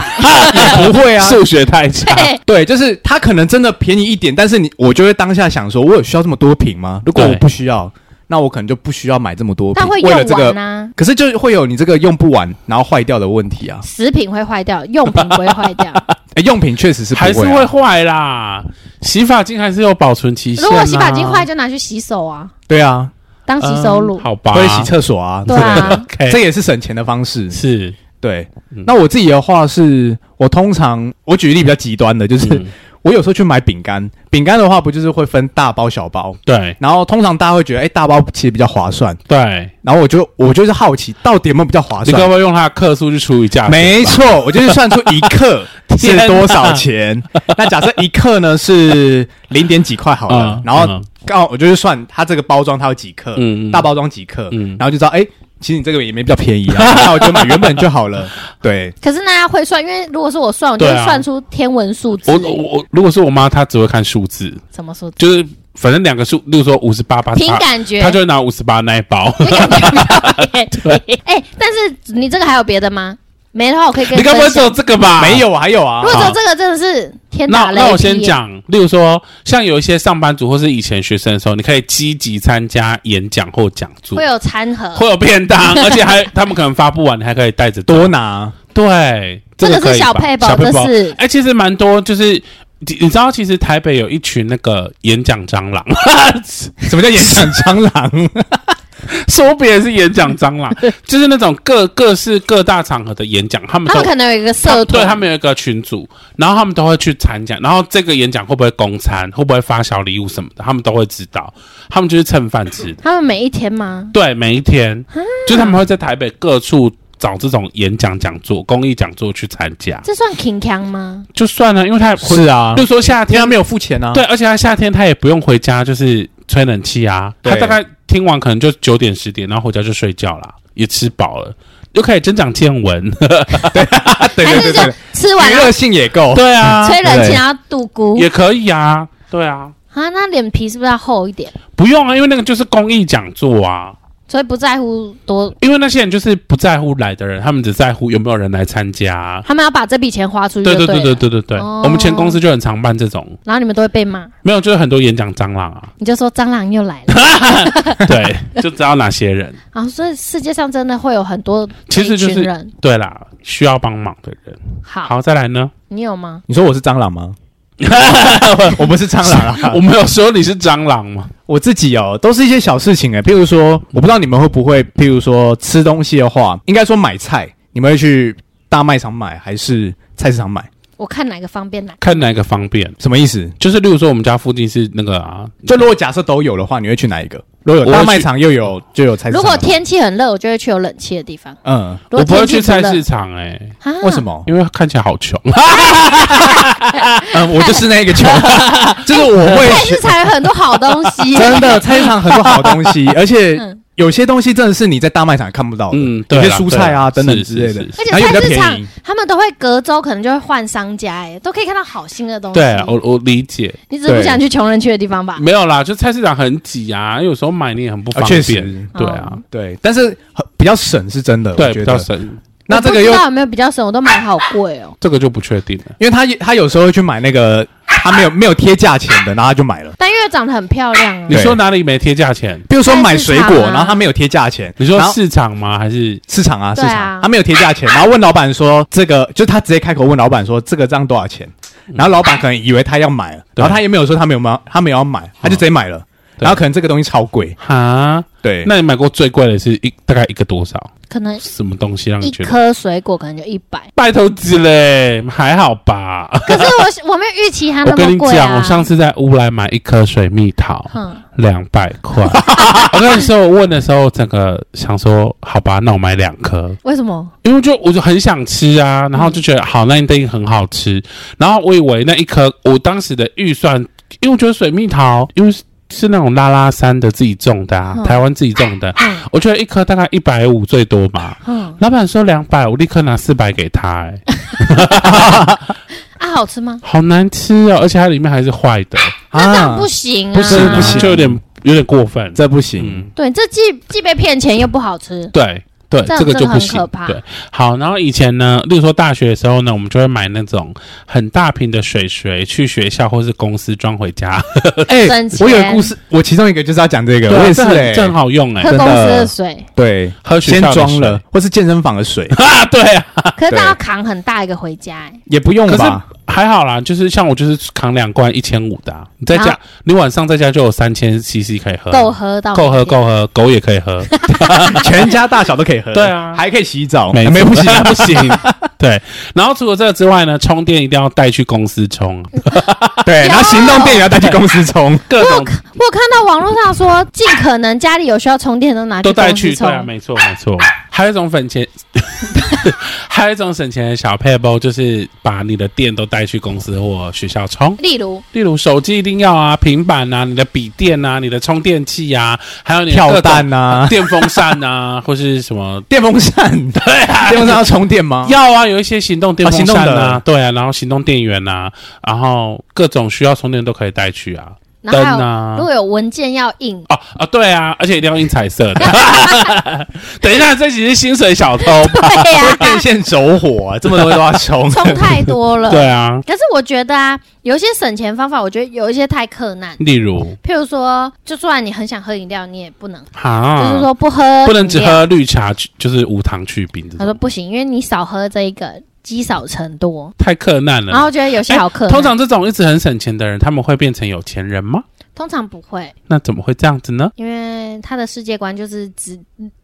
S3: 也不会啊，
S2: 数学太差，
S1: 对，
S3: 对，就是啊它可能真的便宜一点，但是你我就会当下想说，我有需要这么多瓶吗？如果
S2: 对
S3: 我不需要，那我可能就不需要买这么多瓶。
S1: 但会
S3: 为了
S1: 用
S3: 这
S1: 完
S3: 个，
S1: 啊，
S3: 可是就会有你这个用不完然后坏掉的问题啊。
S1: 食品会坏掉，用品不会坏 掉。
S3: 哎，用品确实是不
S2: 还是
S3: 会啊、
S2: 会坏啦。洗发精还是有保存期限啊。
S1: 如果洗发精坏，就拿去洗手啊，
S3: 对啊，
S1: 当洗手乳
S2: 嗯。好吧，
S3: 会洗厕所啊，
S1: 对啊，
S2: OK，
S3: 这也是省钱的方 式。
S2: 是
S3: 对，
S2: 嗯
S3: 那我自己的话是，我通常我举例比较极端的，就是、
S2: 嗯
S3: 我有时候去买饼干，饼干的话不就是会分大包小包，
S2: 对
S3: 然后通常大家会觉得，哎，大包其实比较划算，
S2: 对，
S3: 然后我就我就是好奇，到底有没有比较划
S2: 你
S3: 啊算
S2: 该？不会用它的克数去除以价？
S3: 没，错，我就是算出一克是
S2: 天哪
S3: 多少钱。那假设一克呢是零点几块好了，
S2: 嗯
S3: 然后
S2: 嗯
S3: 刚好我就是算它这个包装它有几克，
S2: 嗯嗯
S3: 大包装几克，
S2: 嗯
S3: 然后就知道，哎、其实你这个也没比较便宜啊，那我就买原本就好 了。对，
S1: 可是那要会算，因为如果是我算，我就会
S2: 对啊
S1: 算出天文数字
S2: 我。我我如果是我妈，她只会看数字，
S1: 什么数字？
S2: 就是反正两个数，例如说五十八八，
S1: 凭感觉。
S2: 她就会拿五十八那一包。
S1: 你感觉 比较便宜 哎，但是你这个还有别的吗？没的话，我可以跟
S2: 你该不会
S1: 分
S2: 只有
S1: 享。
S2: 这个吧？
S3: 没。有啊，还有啊
S1: 如，果只有这个，真的是天打
S2: 那
S1: 雷劈耶。
S2: 那我先讲，例如说，像有一些上班族或是以前学生的时候，你可以积极参加演讲或讲座
S1: 会，有餐盒，
S2: 会有便当， 而且还他们可能发不完，你还可以带着走
S3: 多拿，
S2: 对，
S1: 这个
S2: 可
S1: 是
S2: 以吧
S1: 小配
S2: 小
S1: 包，
S2: 配
S1: 这
S2: 包。
S1: 是
S2: 哎、其实蛮多，就是你你知道，其实台北有一群那个演讲蟑螂，
S3: 什么叫演讲蟑螂？
S2: 说别人是演讲 蟑螂，就是那种各各式各大场合的演讲，他们
S1: 他
S2: 都
S1: 们可能有一个社
S2: 对他
S1: 团，
S2: 们有一个群组，然后他们都会去参加，然后这个演讲会不会公餐，会不会发小礼物什么的，他们都会知道，他们就是蹭饭吃的。
S1: 他们每一天吗？
S2: 对，每一天，就是他们会在台北各处找这种演讲讲座、公益讲座去参加，
S1: 这算 king 吗？
S2: 就算了，因为他
S3: 是啊
S2: 就，说夏
S3: 因为
S2: 天
S3: 他没有付钱啊。
S2: 对，而且他夏天他也不用回家，就是吹冷气啊。
S3: 对
S2: 他大概听完可能就九点十点，然后回家就睡觉啦，也吃饱了，又可以增长见闻。
S3: 啊，对
S1: 还
S3: 对
S1: 是
S3: 对
S1: 就
S3: 对，
S1: 吃完
S3: 娱
S1: 然后
S3: 乐性也够。
S2: 对啊，
S1: 吹冷气，
S3: 对
S1: 然后度孤
S2: 也可以啊，对啊，
S1: 啊？那脸皮是不是要厚一点？
S2: 不用啊，因为那个就是公益讲座啊。
S1: 所以不在乎多，
S2: 因为那些人就是不在乎来的人，他们只在乎有没有人来参加、啊
S1: 他们要把这笔钱花
S3: 嗯
S1: 出去，
S2: 对对
S1: 对
S2: 对
S1: 了
S2: 对对对对，
S1: 哦
S2: 我们前公司就很常办这种，
S1: 然后你们都会被骂，
S2: 没有就是很多演讲蟑螂 啊，
S1: 你就说蟑螂又来 了。
S2: 对，就知道哪些人。
S1: 然后所以世界上真的会有很多
S2: 其实就是
S1: 这一群人。
S2: 对啦，需要帮忙的人。
S1: 好，
S2: 好，再来 呢？
S1: 你有吗？
S3: 你说我是蟑螂吗？ 我 不是蟑螂啊，
S2: 我没有说你是蟑螂吗？
S3: 我自己哦，都是一些小事情哎，譬如说，我不知道你们会不会，譬如说吃东西的话，应该说买菜，你们会去大卖场买还是菜市场买？
S1: 我看哪个方便哪
S2: 看哪个方便？
S3: 什么意思？
S2: 就是例如说，我们家附近是那个啊，
S3: 就如果假设都有的话，你会去哪一个？如果有
S2: 我会
S3: 大
S2: 去
S3: 卖场又有就有菜市
S1: 如
S3: 场，
S1: 果天气很热，我就会去有冷气的地方。
S3: 嗯，
S1: 如
S2: 我
S1: 果
S2: 不会
S1: 天
S2: 去
S1: 气
S2: 菜
S1: 不热
S2: 市场哎、
S1: 啊？
S3: 为什？么？
S2: 因为看起来好穷。
S3: 哦嗯，我就是那个球， 就是我 会
S1: 菜市场有很多好东 西，
S3: 真的菜市场很多好东西，而且
S1: 嗯
S3: 有些东西真的是你在大卖场看不到的，
S2: 嗯，
S3: 有
S2: 对
S3: 些
S2: 啦
S3: 蔬菜啊
S2: 对啦
S3: 等等
S2: 是
S3: 之类的
S2: 是是
S1: 而且
S3: 然后又
S1: 菜
S3: 比较
S1: 市
S3: 便
S1: 场
S3: 宜。
S1: 他们都会隔周可能就会换商家，哎，都可以看到好新的东西。
S2: 对
S3: 哦
S2: 啊，我我理解，
S1: 你只是不想去穷人去的地方吧？
S2: 没有啦，就菜市场很挤啊，有时候买你也很不
S3: 啊
S2: 方
S3: 确
S2: 便。
S3: 实，
S2: 对啊，
S1: 嗯
S3: 对，但是很比较省是真的，我
S2: 对，
S3: 觉
S2: 比
S3: 得
S2: 较省，
S3: 那这个又
S1: 我不知道有没有比较省，我都买好贵 哦。
S2: 这个就不确定了。
S3: 因为他他有时候会去买那个他没有没有贴价钱的，然后他就买了。
S1: 但因为长得很漂亮啊
S2: 你
S3: 对，
S2: 说哪里没贴价钱？
S3: 比如说买水
S1: 菜市
S3: 果，
S1: 场啊
S3: 然后他没有贴价钱，
S2: 你说
S3: 然后
S2: 市场吗？还是
S3: 市场啊市
S1: 对啊
S3: 场，他没有贴价钱，然后问老板说这个，就他直接开口问老板说这个这样多少钱，然后老板可能以为他要买了，
S2: 嗯对
S3: 然后他也没有说他没有买，他没有要买，他就直接买了。
S2: 对
S3: 然后可能这个东西超贵，
S2: 哈？
S3: 对，
S2: 那你买过最贵的是一大概一个多少？
S1: 可能
S2: 什么东西让你
S1: 一
S2: 觉得？，
S1: 颗水果可能就一百
S2: 拜托子嘞，还好吧？
S1: 可是我我没有预期它
S2: 我
S1: 那
S2: 跟
S1: 么
S2: 你
S1: 贵
S2: 讲，
S1: 啊
S2: 我。上次在乌来买一颗水蜜桃，
S1: 哼，
S2: 两百 块。我跟你说，我问的时候，整个想说，好吧，那我买两颗，
S1: 为什么？
S2: 因为就我就很想吃啊，然后就觉得好，那一定很好吃。然后我以为那一颗，我当时的预算，因为我觉得水蜜桃，因为是是那种拉拉山的自己种的啊，
S1: 嗯
S2: 台湾自己种的，
S1: 嗯
S2: 我觉得一颗大概一百五最多吧。
S1: 嗯
S2: 老板说两百，我立刻拿四百给他、欸，
S1: 啊，好吃吗？
S2: 好难吃哦，而且它里面还是坏的，
S1: 那这样不行啊！
S3: 不是不行
S2: 就有点有点过分。
S3: 这不行，
S2: 嗯，
S1: 对，这既既被骗钱又不好吃，
S2: 对对，
S1: 这样
S2: 这个
S1: 真的
S2: 就不
S1: 很
S2: 行
S1: 可。怕
S2: 对，好，然后以前呢，例如说大学的时候呢，我们就会买那种很大瓶的水水去学校或是公司装回家，
S3: 哎
S1: 省钱
S3: 我有个故事，我其中一个就是要讲这个，
S2: 啊
S3: 我也是
S2: 这很
S3: 哎，
S2: 这很好用哎、
S1: 喝
S3: 真的
S1: 公司的水，
S3: 对，
S2: 喝学
S3: 先
S2: 校的
S3: 装
S2: 水
S3: 了，或是健身房的水
S2: 啊，对啊，
S1: 可是
S3: 对
S1: 他要扛很大一个回家，哎，
S3: 也不用
S2: 可是
S3: 吧？
S2: 还好啦，就是像我就是扛两罐一千五的啊、你在家
S1: 啊
S2: 你晚上在家就有三千 CC 可以喝，啊
S1: 够喝到
S2: 够喝
S1: 明天
S2: 够喝，狗也可以喝，
S3: 全家大小都可 以喝，
S2: 对啊
S3: 还可以洗澡，哎
S2: 没
S3: 哦没有不行，
S2: 不
S1: 啊
S2: 行。 对，然后除了这个之外呢，充电一定要带去公司充，啊
S3: 对，哎然后行动电源要带去公司 充，
S2: 各种
S1: 我有看到网络上说，尽可能家里有需要充电都拿
S2: 都
S1: 去
S2: 带
S1: 公
S2: 去。
S1: 司
S2: 对啊，
S1: 充，
S2: 没错没错。 还有一种省钱， 还有一种省钱的小 p a b l e 就是把你的电都带去公司或学校充。
S1: 例如，
S2: 例如手机一定要啊，平板啊，你的笔电啊，你的充电器啊，还有你的
S3: 跳
S2: 各种
S3: 蛋啊，
S2: 电风扇啊， 或是什么
S3: 电风扇，
S2: 对啊
S3: 电风扇要充电 吗？
S2: 要啊，有一些行动电风扇
S3: 啊行动
S2: 啊，
S3: 的
S2: 对啊，然后行动电源啊，然后各种需要充电都可以带去啊，
S1: 然
S2: 灯
S1: 后还有、如
S2: 啊。
S1: 果有文件要印，
S2: 哦啊，对啊，而且一定要印彩色的。 等一下，这集是薪水小偷吧？
S1: 对 呀、，
S3: 电线走火、啊 这么多都要充
S1: 充太多了。
S2: 对啊，
S1: 可是我觉得啊，有一些省钱方法，我觉得有一些太克难。
S2: 例如
S1: 譬如说，就算你很想喝饮料，你也不能，
S2: 啊，
S1: 就是说不喝，
S2: 不能只。喝绿茶，就是无糖去冰这
S1: 他说
S2: 种，
S1: 不行，因为你少喝这一个，积少成多。
S2: 太克难了。
S1: 然后我觉得有些好克难，
S2: 哎通常这种一直很省钱的人，他们会变成有钱人吗？
S1: 通常不会，
S2: 那怎么会这样子呢？
S1: 因为他的世界观就是只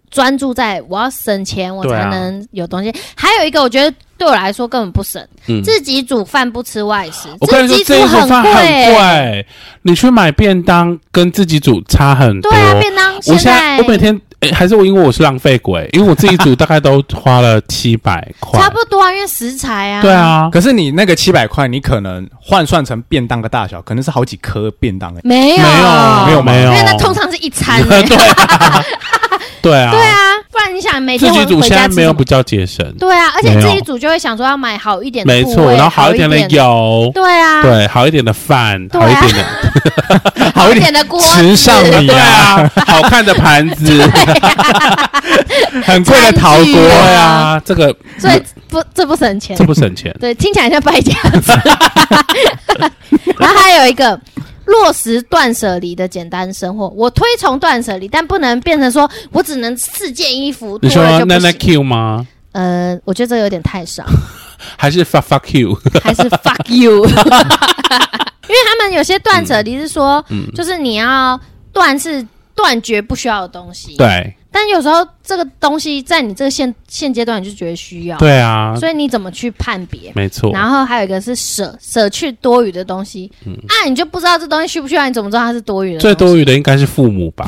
S1: 专注在我要省钱，我
S2: 对啊
S1: 才能有东西。还有一个，我觉得对我来说根本不省，
S2: 嗯，
S1: 自己煮饭不吃外食，
S2: 啊我跟你说，
S1: 自己
S2: 这一
S1: 煮
S2: 顿饭很
S1: 贵。啊
S2: 贵，你去买便当跟自己煮差很多。
S1: 对啊，便当
S2: 我现
S1: 在
S2: 在我每天、诶还是我因为我是浪费鬼，因为我自己煮大概都花了七百块。
S1: 差不多啊，因为食材啊，
S2: 对，啊，
S3: 可是你那个七百块，你可能换算成便当的大小，可能是好几颗便当哎、
S1: 没有
S2: 没有没
S1: 因
S2: 有，
S1: 为那通常是一餐、欸，
S2: 对啊，对啊，
S1: 对啊，不然你想每
S2: 自
S1: 天
S2: 己煮
S1: 回
S2: 现
S1: 家
S2: 在
S1: 吃
S2: 没有
S1: 什么
S2: 比较节省，
S1: 对啊，而且
S2: 没有
S1: 自己煮就会想说要买好一点的
S2: 没
S1: 部位，
S2: 错，然后
S1: 好
S2: 好一点的
S1: 的，
S2: 油，
S1: 对啊，
S2: 对，好一点的饭，
S1: 对
S2: 好
S1: 啊
S2: 一点 的，
S1: 好一点的锅
S3: 时尚
S1: 子
S3: 米
S2: 对啊，好看的盘子，
S1: 啊
S3: 很贵的陶
S1: 餐具
S3: 锅
S2: 对
S1: 啊
S2: 啊，这个
S1: 所以不这不省钱
S2: 这，不省钱，
S1: 对，听起来像败家 子。然后还有一个落实断舍离的简单生活，我推崇断舍离，但不能变成说我只能四件衣服，
S2: 你
S1: 多
S2: 说
S1: 了就不
S2: 奈奈
S1: 行。
S2: Q 吗？
S1: 呃，我觉得这有点太少，
S2: 还是 fuck fuck you？
S1: 还是 fuck you。因为他们有些断舍离是说，
S2: 嗯，
S1: 就是你要断是断绝不需要的东西，
S2: 对
S1: 但有时候这个东西在你这个现现阶段你就觉得需要，
S2: 对啊，
S1: 所以你怎么去判别？
S2: 没错，嗯
S1: 然后还有一个是舍舍去多余的东西，啊，你就不知道这东西需不需要，你怎么知道它是多余的？
S2: 最多余的应该是父 母吧？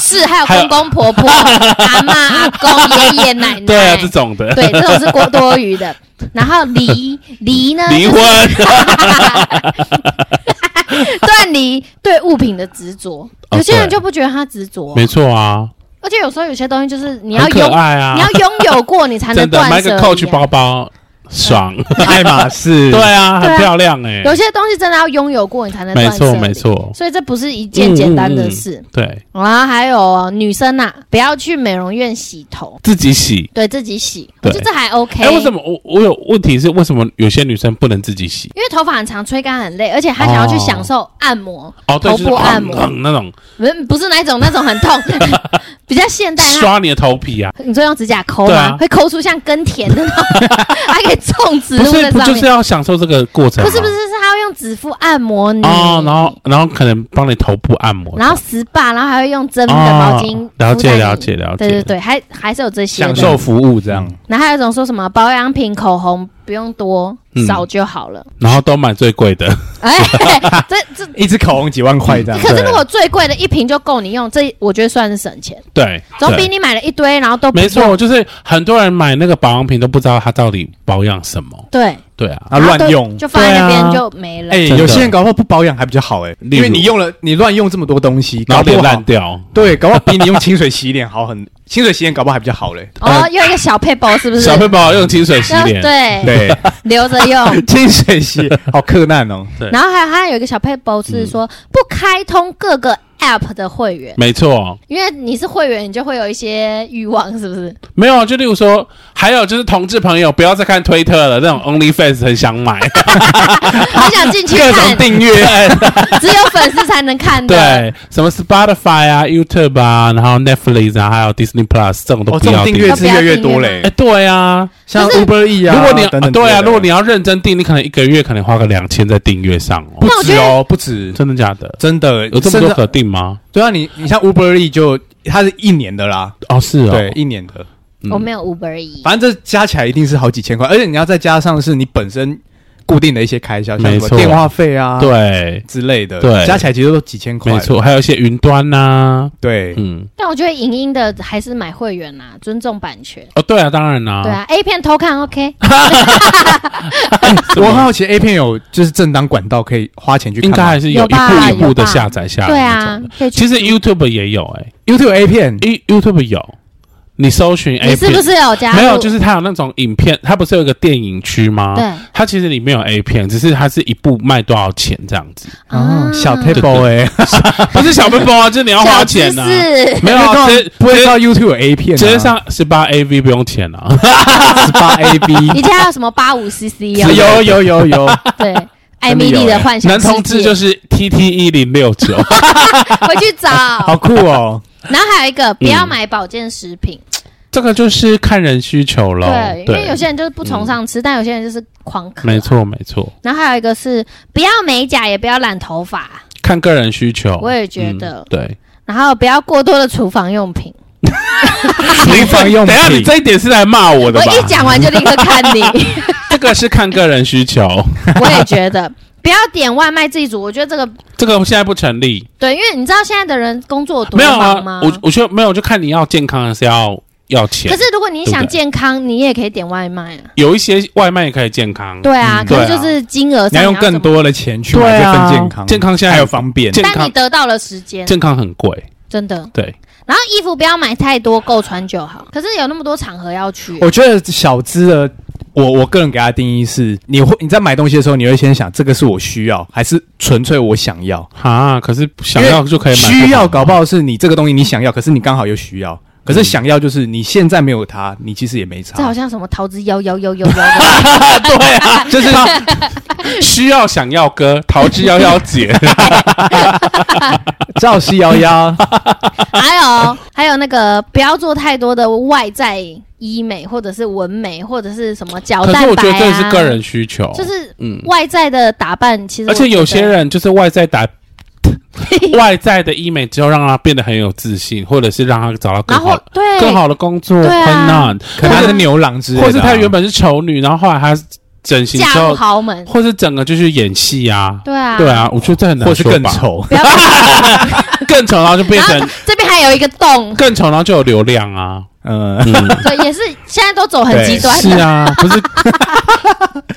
S1: 是还有
S2: 还有
S1: 公公婆 婆、阿妈、阿公、爷爷奶奶，
S2: 对啊，这种的
S1: 对，这种是过多余的。然后 离离呢？
S2: 离婚，
S1: 啊 断离对物品的执着，
S2: 哦
S1: 有些人
S2: 对
S1: 就不觉得他执着，
S2: 没错啊，
S1: 而且有时候有些东西就是你要
S2: 很可
S1: 拥，
S2: 爱啊
S1: 你，要拥有过，你才能
S2: 真的
S1: 断
S2: 买
S1: 舍
S2: 个
S1: 离
S2: Coach
S1: 啊。
S2: 包包爽，
S3: 爱马仕，
S2: 对啊，
S1: 对啊
S2: 很漂亮哎，
S1: 有些东西真的要拥有过，你才能
S2: 没
S1: 断舍
S2: 错
S1: 离
S2: 没。错，
S1: 所以这不是一件简单
S2: 嗯
S1: 的事。
S2: 对
S1: 然后还有哦女生呐、不要去美容院洗头，
S2: 自己洗。
S1: 对自己洗，我
S2: 对
S1: 觉得这还 OK。
S2: 哎，为什？么我我有问题是为什么有些女生不能自己洗？
S1: 因为头发很长，吹干很累，而且她想要去享受按摩，
S2: 哦，
S1: 头
S2: 对，就是
S1: 部按摩
S2: 嗯嗯那种
S1: 不、是不是那一种那种很痛， 比较现代那。
S2: 刷你的头皮啊，
S1: 你说用指甲抠
S2: 对
S1: 吗？
S2: 啊
S1: 会抠出像耕田的那种， 还可以种植
S2: 不
S1: 物
S2: 是
S1: 在
S2: 不
S1: 上
S2: 就是
S1: 面。
S2: 要享受这个过程
S1: 不
S2: 吗？
S1: 是不是，是他会用指腹按摩你，
S2: 哦，然后然后可能帮你头部按摩，
S1: 然后 SPA，然后还会用真的毛
S2: 哦
S1: 巾、
S2: 了解了解。了解，嗯
S1: 对对对，还还是有这些的
S3: 享受服务这样。
S1: 然后还有一种说什么保养品、口红不用多
S2: 嗯，
S1: 少就好 了。
S2: 然后都买最贵的，
S1: 哎，这这。
S3: 一支口红几万块这样，
S1: 可是如果最贵的一瓶就够你用，这我觉得算是省钱，
S2: 对，
S1: 总
S2: 对
S1: 比你买了一堆然后都不
S2: 没
S1: 用
S2: 错，就是很多人买那个保养品都不知道它到底保养什么，
S1: 对，
S2: 对啊，
S3: 啊
S1: 然后
S3: 乱
S1: 都
S3: 用。
S1: 就放在那边
S2: 对啊
S1: 就没了
S3: 哎、。
S2: 真的
S3: 有些人搞不好不保养还比较好哎、
S2: 例如
S3: 因为你用了你乱用这么多东西，
S2: 然
S3: 搞
S2: 后
S3: 不
S2: 脸烂
S3: 好
S2: 掉，
S3: 对，搞不好比你用清水洗脸好很，清水洗脸搞不好还比较好嘞。
S1: 哦，又一个小配包是不是？
S2: 呃小佩宝用清水洗
S1: 要
S2: 脸，
S1: 对，
S3: 对，
S1: 留着 用。
S3: 清水洗好困难哦。
S2: 对
S1: 然后还有还有一个小配包是
S2: 嗯
S1: 说不开通各个 App 的会员，
S2: 没错，
S1: 因为你是会员，你就会有一些欲望，是不 是？
S2: 没有，就例如说，还有就是同志朋友不要再看推特了，那种 OnlyFans 很 想买，
S1: 很想进嗯去
S3: 各种
S1: 看，
S3: 订阅，
S1: 只有粉丝才能看的。
S2: 对，什么 Spotify 啊、YouTube 啊，然后 Netflix 啊，还有 Disney Plus 这种都
S3: 哦，
S2: 不
S3: 这
S2: 要
S3: 种订阅
S1: 都
S3: 制
S1: 不要
S3: 越来越
S1: 订阅
S3: 多
S1: 吗
S3: 嘞
S2: 哎，。对啊，
S3: 像
S1: 就是
S3: Uber E 啊，
S2: 如果你
S3: 等等之类
S2: 对啊，
S3: 的
S2: 如果你要认真订，你可能一个月可能花个两千在订阅上哦，
S3: 不哎
S1: 那我
S3: 止
S1: 觉得
S3: 哦，不止，
S2: 真的假的？
S3: 真的
S2: 有这么
S3: 甚
S2: 多
S3: 至
S2: 可订吗？
S3: 对啊，你你像 Uber E 就它是一年的啦，
S2: 哦，是哦，
S3: 对，一年的，
S2: 嗯
S1: 我没有 Uber E，
S3: 反正这加起来一定是好几千块，而且你要再加上是你本身。固定的一些开销，像什
S2: 没
S3: 么
S2: 错
S3: 电话费啊，
S2: 对，
S3: 之类的，
S2: 对
S3: 加起来其实都几千块，
S2: 没，错，还有一些云端呐、
S3: 对，
S2: 嗯，
S1: 但我觉得影音的还是买会员啦，尊重版权。
S2: 哦，对啊，啊当然啦、
S1: 对啊，A 片偷看 OK，
S3: 我很好奇 A 片有就是正当管道可以花钱去看
S2: 应
S3: 吗，
S2: 该还是有
S1: 有
S2: 一
S1: 吧
S2: 步一步
S1: 有
S2: 的
S1: 吧
S2: 下载下来
S1: 对
S2: 那种
S1: 啊
S2: 的。，
S1: 可以去
S2: 其实 YouTube 也有哎、
S3: YouTube A 片，
S2: 欸、，You YouTube 有，你搜寻 A
S1: 你是
S2: 片
S1: 不是有加入？
S2: 没有，就是它有那种影片，它不是有一个电影区吗？
S1: 对，
S2: 它其实里面有 A 片，只是它是一部卖多少钱这样子，
S3: 哦，小
S1: 推
S3: table 哎，
S2: 不是小背包啊，就是你要花钱呐、啊。
S1: 是
S2: 没有
S3: 因为
S2: 啊，
S3: 通
S2: 直
S3: 常不会知
S2: 直
S3: 道 YouTube 有 A 片啊，
S2: 直接 上十八 AV 不用钱啊。
S3: 十八 AB，
S1: 你家有什么八五 CC 啊？
S3: 有有有有，
S1: 对，艾 米丽的幻想
S2: 哎男
S1: 世界
S2: 同志就是 TT 一零六 九，
S1: 回去 找。
S3: 好酷哦，
S1: 然后还有一个，不
S2: 嗯
S1: 要买保健食品，
S2: 这个就是看人需求喽。
S1: 对，因为有些人就是不崇
S2: 嗯尚
S1: 尚吃，但有些人就是狂啃。
S2: 没。错没错，
S1: 然后还有一个是不要美甲，也不要染头发，
S2: 看个人需求。
S1: 我也觉得
S2: 嗯 对。
S1: 然后不要过多的厨房用品。
S3: 厨房用
S2: 等一下你
S3: 品，
S2: 这一点是来骂我的
S1: 我
S2: 吧？
S1: 一讲完就立刻看 你，
S2: 这个是看个人需求，
S1: 我也觉得不要点外卖自己煮，我觉得这个
S2: 这个现在不成立。
S1: 对，因为你知道现在的人工作多
S2: 没有
S1: 忙
S2: 啊
S1: 吗？，
S2: 我我觉得没有，就看你要健康还是要要钱。
S1: 可是如果你想
S2: 对不对
S1: 健康，你也可以点外卖啊。
S2: 有一些外卖也可以健康，
S1: 对啊，
S3: 嗯
S1: 可是
S2: 对啊
S1: 就是金额
S3: 你要
S1: 上
S3: 用
S1: 怎
S3: 更
S1: 么
S3: 多的钱去买
S2: 对
S3: 这
S2: 啊
S3: 份健康，
S2: 健康现在
S3: 还有方便，
S2: 健
S1: 但
S2: 康
S1: 你得到了时间，
S2: 健康很贵。
S1: 真的。
S2: 对，
S1: 然后衣服不要买太多，够穿就好。可是有那么多场合要去，
S2: 哦
S3: 我觉得小资的，我我个人给他的定义是，你会你在买东西的时候，你会先想这个是我需要，还是纯粹我想要？
S2: 哈，可是想要就可以买。
S3: 需要搞不好是你这个东西你想要，可是你刚好又需要。
S2: 嗯
S3: 可是想要就是你现在没有它，你其实也没
S1: 这好
S3: 差。
S1: 像什么桃之夭夭夭夭夭 的，
S2: 对 啊，就是他需要想要哥，桃之夭夭 姐，
S3: 赵西幺 幺，
S1: 还有还有那个不要做太多的外在医美或者是纹眉或者是什么角
S2: 可
S1: 蛋白、啊、
S2: 是我觉得这是个人需求，
S1: 就是
S2: 嗯，
S1: 外在的打扮，其实
S2: 而且
S1: 我觉得
S2: 有些人就是外在打。 外在的医美之后，让他变得很有自信，或者是让他找到更
S1: 然后
S2: 好、
S1: 对
S2: 更好的工作，
S1: 对啊
S2: 很难。
S3: 可能是牛郎之类的啊、
S2: 或是她原本是丑女，然后后来她整形之
S1: 嫁入
S2: 后，
S1: 豪门，
S2: 或是整个就是演戏啊，
S1: 对啊，
S2: 对，啊，我觉得这很难
S3: 或是
S2: 说
S3: 更
S2: 吧，
S3: 丑，
S1: 不要。
S2: 更丑，然后就 变
S1: 然后
S2: 成
S1: 这边还有一个洞，
S2: 更丑，然后就有流量啊，
S3: 嗯，
S2: 嗯，
S1: 对，也是现在都走很
S3: 对
S1: 极端
S2: 是
S1: 的。
S2: 啊，不是，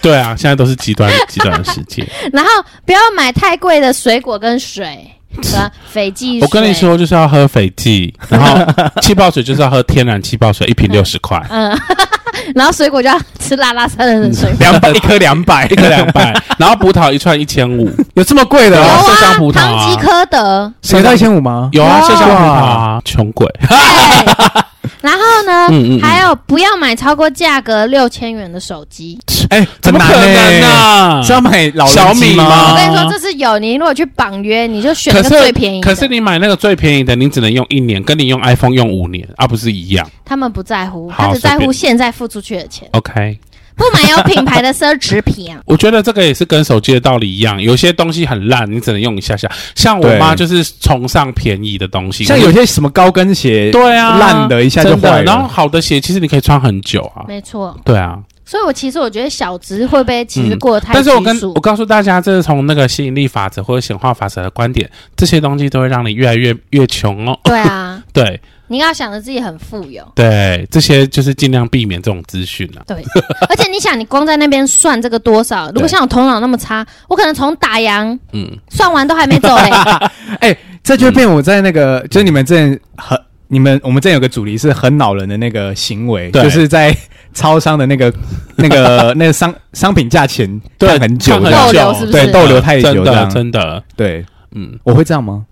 S2: 对啊，现在都是极端极端的世 界。
S1: 然后不要买太贵的水果跟水，对啊， 斐济水。
S2: 我跟你，说，就是要喝斐济，然后气泡水就是要喝天然气泡水，一瓶六十 块，
S1: 嗯， 然后水果就要吃辣辣三人的水果。
S3: 两百一颗两百，
S2: 一个两百，然后葡萄一串一千五，
S3: 有这么贵的
S1: 有
S2: 然
S3: 哦？
S2: 后麝
S1: 啊
S2: 香葡，萄啊
S1: 唐吉诃 德。
S3: 谁到一千五吗？
S2: 有啊，
S3: 哇
S2: 麝香葡萄啊，穷鬼，
S1: 对。然后呢，
S2: 嗯嗯嗯
S1: 还有不要买超过价格六千元的手机。
S3: 哎，
S2: 怎么
S3: 很
S2: 可
S3: 难欸
S2: 能啊
S3: 呢、
S2: 呢？
S3: 是要买老人
S2: 小
S3: 机
S2: 米
S1: 我
S2: 吗
S1: 跟你说，这是有你如果去绑约，你就选那
S2: 啊可
S1: 个
S2: 是
S1: 最便宜的。
S2: 可是你买那个最便宜的，你只能用一年，跟你用 iPhone 用五年，啊，不是一样
S1: 他们不在乎，
S2: 好
S1: 他只在
S2: 随
S1: 乎
S2: 便
S1: 现在付出去的钱，
S2: ？OK，
S1: 不买有品牌的奢侈品 啊。
S2: 我觉得这个也是跟手机的道理一样，有些东西很烂，你只能用一下下。像我
S3: 对
S2: 妈就是崇尚便宜的东西，
S3: 像有些什么高跟鞋，
S2: 对啊，
S3: 烂的一下就
S2: 真的
S3: 坏了
S2: 然后好的鞋其实你可以穿很久啊，
S1: 没错，
S2: 对啊。
S1: 所以我其实我觉得小值会被其实
S2: 嗯
S1: 过得太
S2: 但是我跟
S1: 拘束
S2: 我告诉大家，这是从那个吸引力法则或者显化法则的观点，这些东西都会让你越来越越穷哦。
S1: 对啊，
S2: 对
S1: 你要想着自己很富有。
S2: 对，这些就是尽量避免这种资讯啊。
S1: 对，而且你想，你光在那边算这个多少？如果
S2: 对
S1: 像我头脑那么差，我可能从打烊
S2: 嗯，
S1: 算完都还没 走嘞。
S3: 这就变我在那个，就是你们之前很，你们我们之前有个主题是很恼人的那个行为，
S2: 对
S3: 就是在超商的那个那个那个商商品价钱
S2: 对
S3: 看很久
S2: 看很
S3: 这
S1: 逗
S3: 样，
S1: 留是不是
S3: 对逗留太久
S2: 真
S3: 这
S2: 的
S3: 样
S2: 真的，
S3: 对，
S2: 嗯。
S3: 我会这样吗？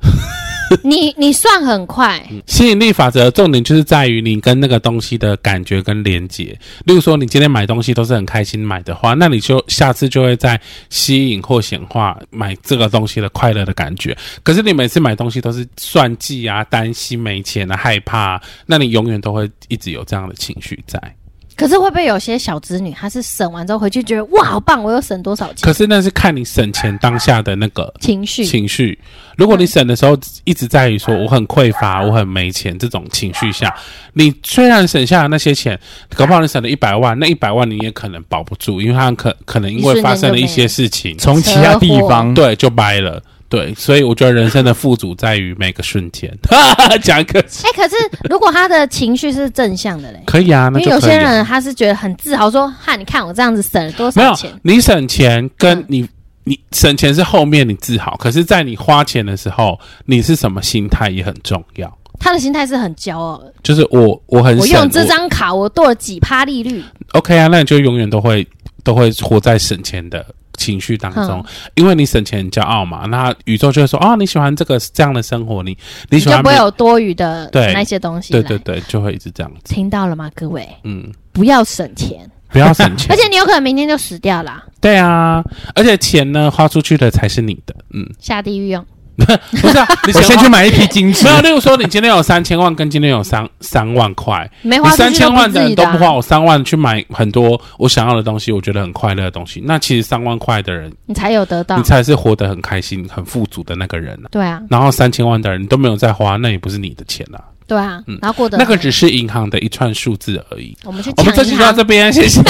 S1: 你你算很快，
S2: 吸引力法则的重点就是在于你跟那个东西的感觉跟连接。例如说，你今天买东西都是很开心买的话，那你就下次就会在吸引或显化买这个东西的快乐的感觉。可是你每次买东西都是算计啊、担心没钱啊、害怕啊、那你永远都会一直有这样的情绪在。
S1: 可可是会不会有些小子女，她是省完之后回去觉得哇好棒，我又省多少钱？
S2: 可是那是看你省钱当下的那个
S1: 情绪
S2: 情绪。如果你省的时候一直在于说我很匮乏、我很没钱这种情绪下，你虽然省下了那些钱，搞不好你省了一百万，那一百万你也可能保不住，因为它可可能因为发生了一些事情，
S3: 从其他地方，
S2: 对，就掰了。对，所以我觉得人生的富足在于每个瞬间。 讲一个
S1: 哎、可是如果她的情绪是正向的嘞，
S2: 可以啊，
S1: 因
S2: 那
S1: 为
S2: 就可以啊。
S1: 有些人他是觉得很自豪说，哈，你看我这样子省了多
S2: 没
S1: 少
S2: 有
S1: 钱？，
S2: 你省钱跟
S1: 嗯
S2: 你、你省钱是后面你自豪，可是，在你花钱的时候，你是什么心态也很重要。
S1: 他的心态是很骄傲的，
S2: 就是我我很
S1: 我
S2: 省，
S1: 用这张卡我多了几趴利率，
S2: OK 啊，那你就永远都会都会活在省钱的情绪当中，
S1: 嗯
S2: 因为你省钱很骄傲嘛，那宇宙就会说啊、你喜欢这个这样的生活，你你喜
S1: 就
S2: 欢
S1: 不会
S2: 每
S1: 有多余的
S2: 对
S1: 那些东西。
S2: 对对，对，就会一直这样子，
S1: 听到了吗，各位？
S2: 嗯，
S1: 不要省钱，
S2: 不要省钱，
S1: 而且你有可能明天就死掉啦，
S2: 对啊，而且钱呢花出去的才是你的，嗯，
S1: 下地狱用。
S2: 不 是、啊，你
S3: 我
S2: 钱
S3: 先
S2: 花
S3: 去买一批金纸
S2: 没。有，例如说，你今天有三千万，跟今天有三三万块，
S1: 没
S2: 你
S1: 哎花出
S2: 三
S1: 去就
S2: 千
S1: 不
S2: 万
S1: 是
S2: 的
S1: 自己
S2: 人
S1: 的
S2: 都
S1: 啊、
S2: 不花，我三万去买很多我想要的东西，我觉得很快乐的东西。那其实三万块的人，
S1: 你才有得到
S2: 你。才是活得很开心、很富足的那个人、啊。
S1: 对啊，
S2: 然后三千万的人你都没有在花，那也不是你的钱啊，
S1: 对啊，
S2: 嗯
S1: 然后过得
S2: 那个只是银行的一串数字而已。
S1: 我们去
S2: 我
S1: 抢
S2: 们这
S1: 银
S2: 期就到
S1: 行
S2: 这边，谢谢。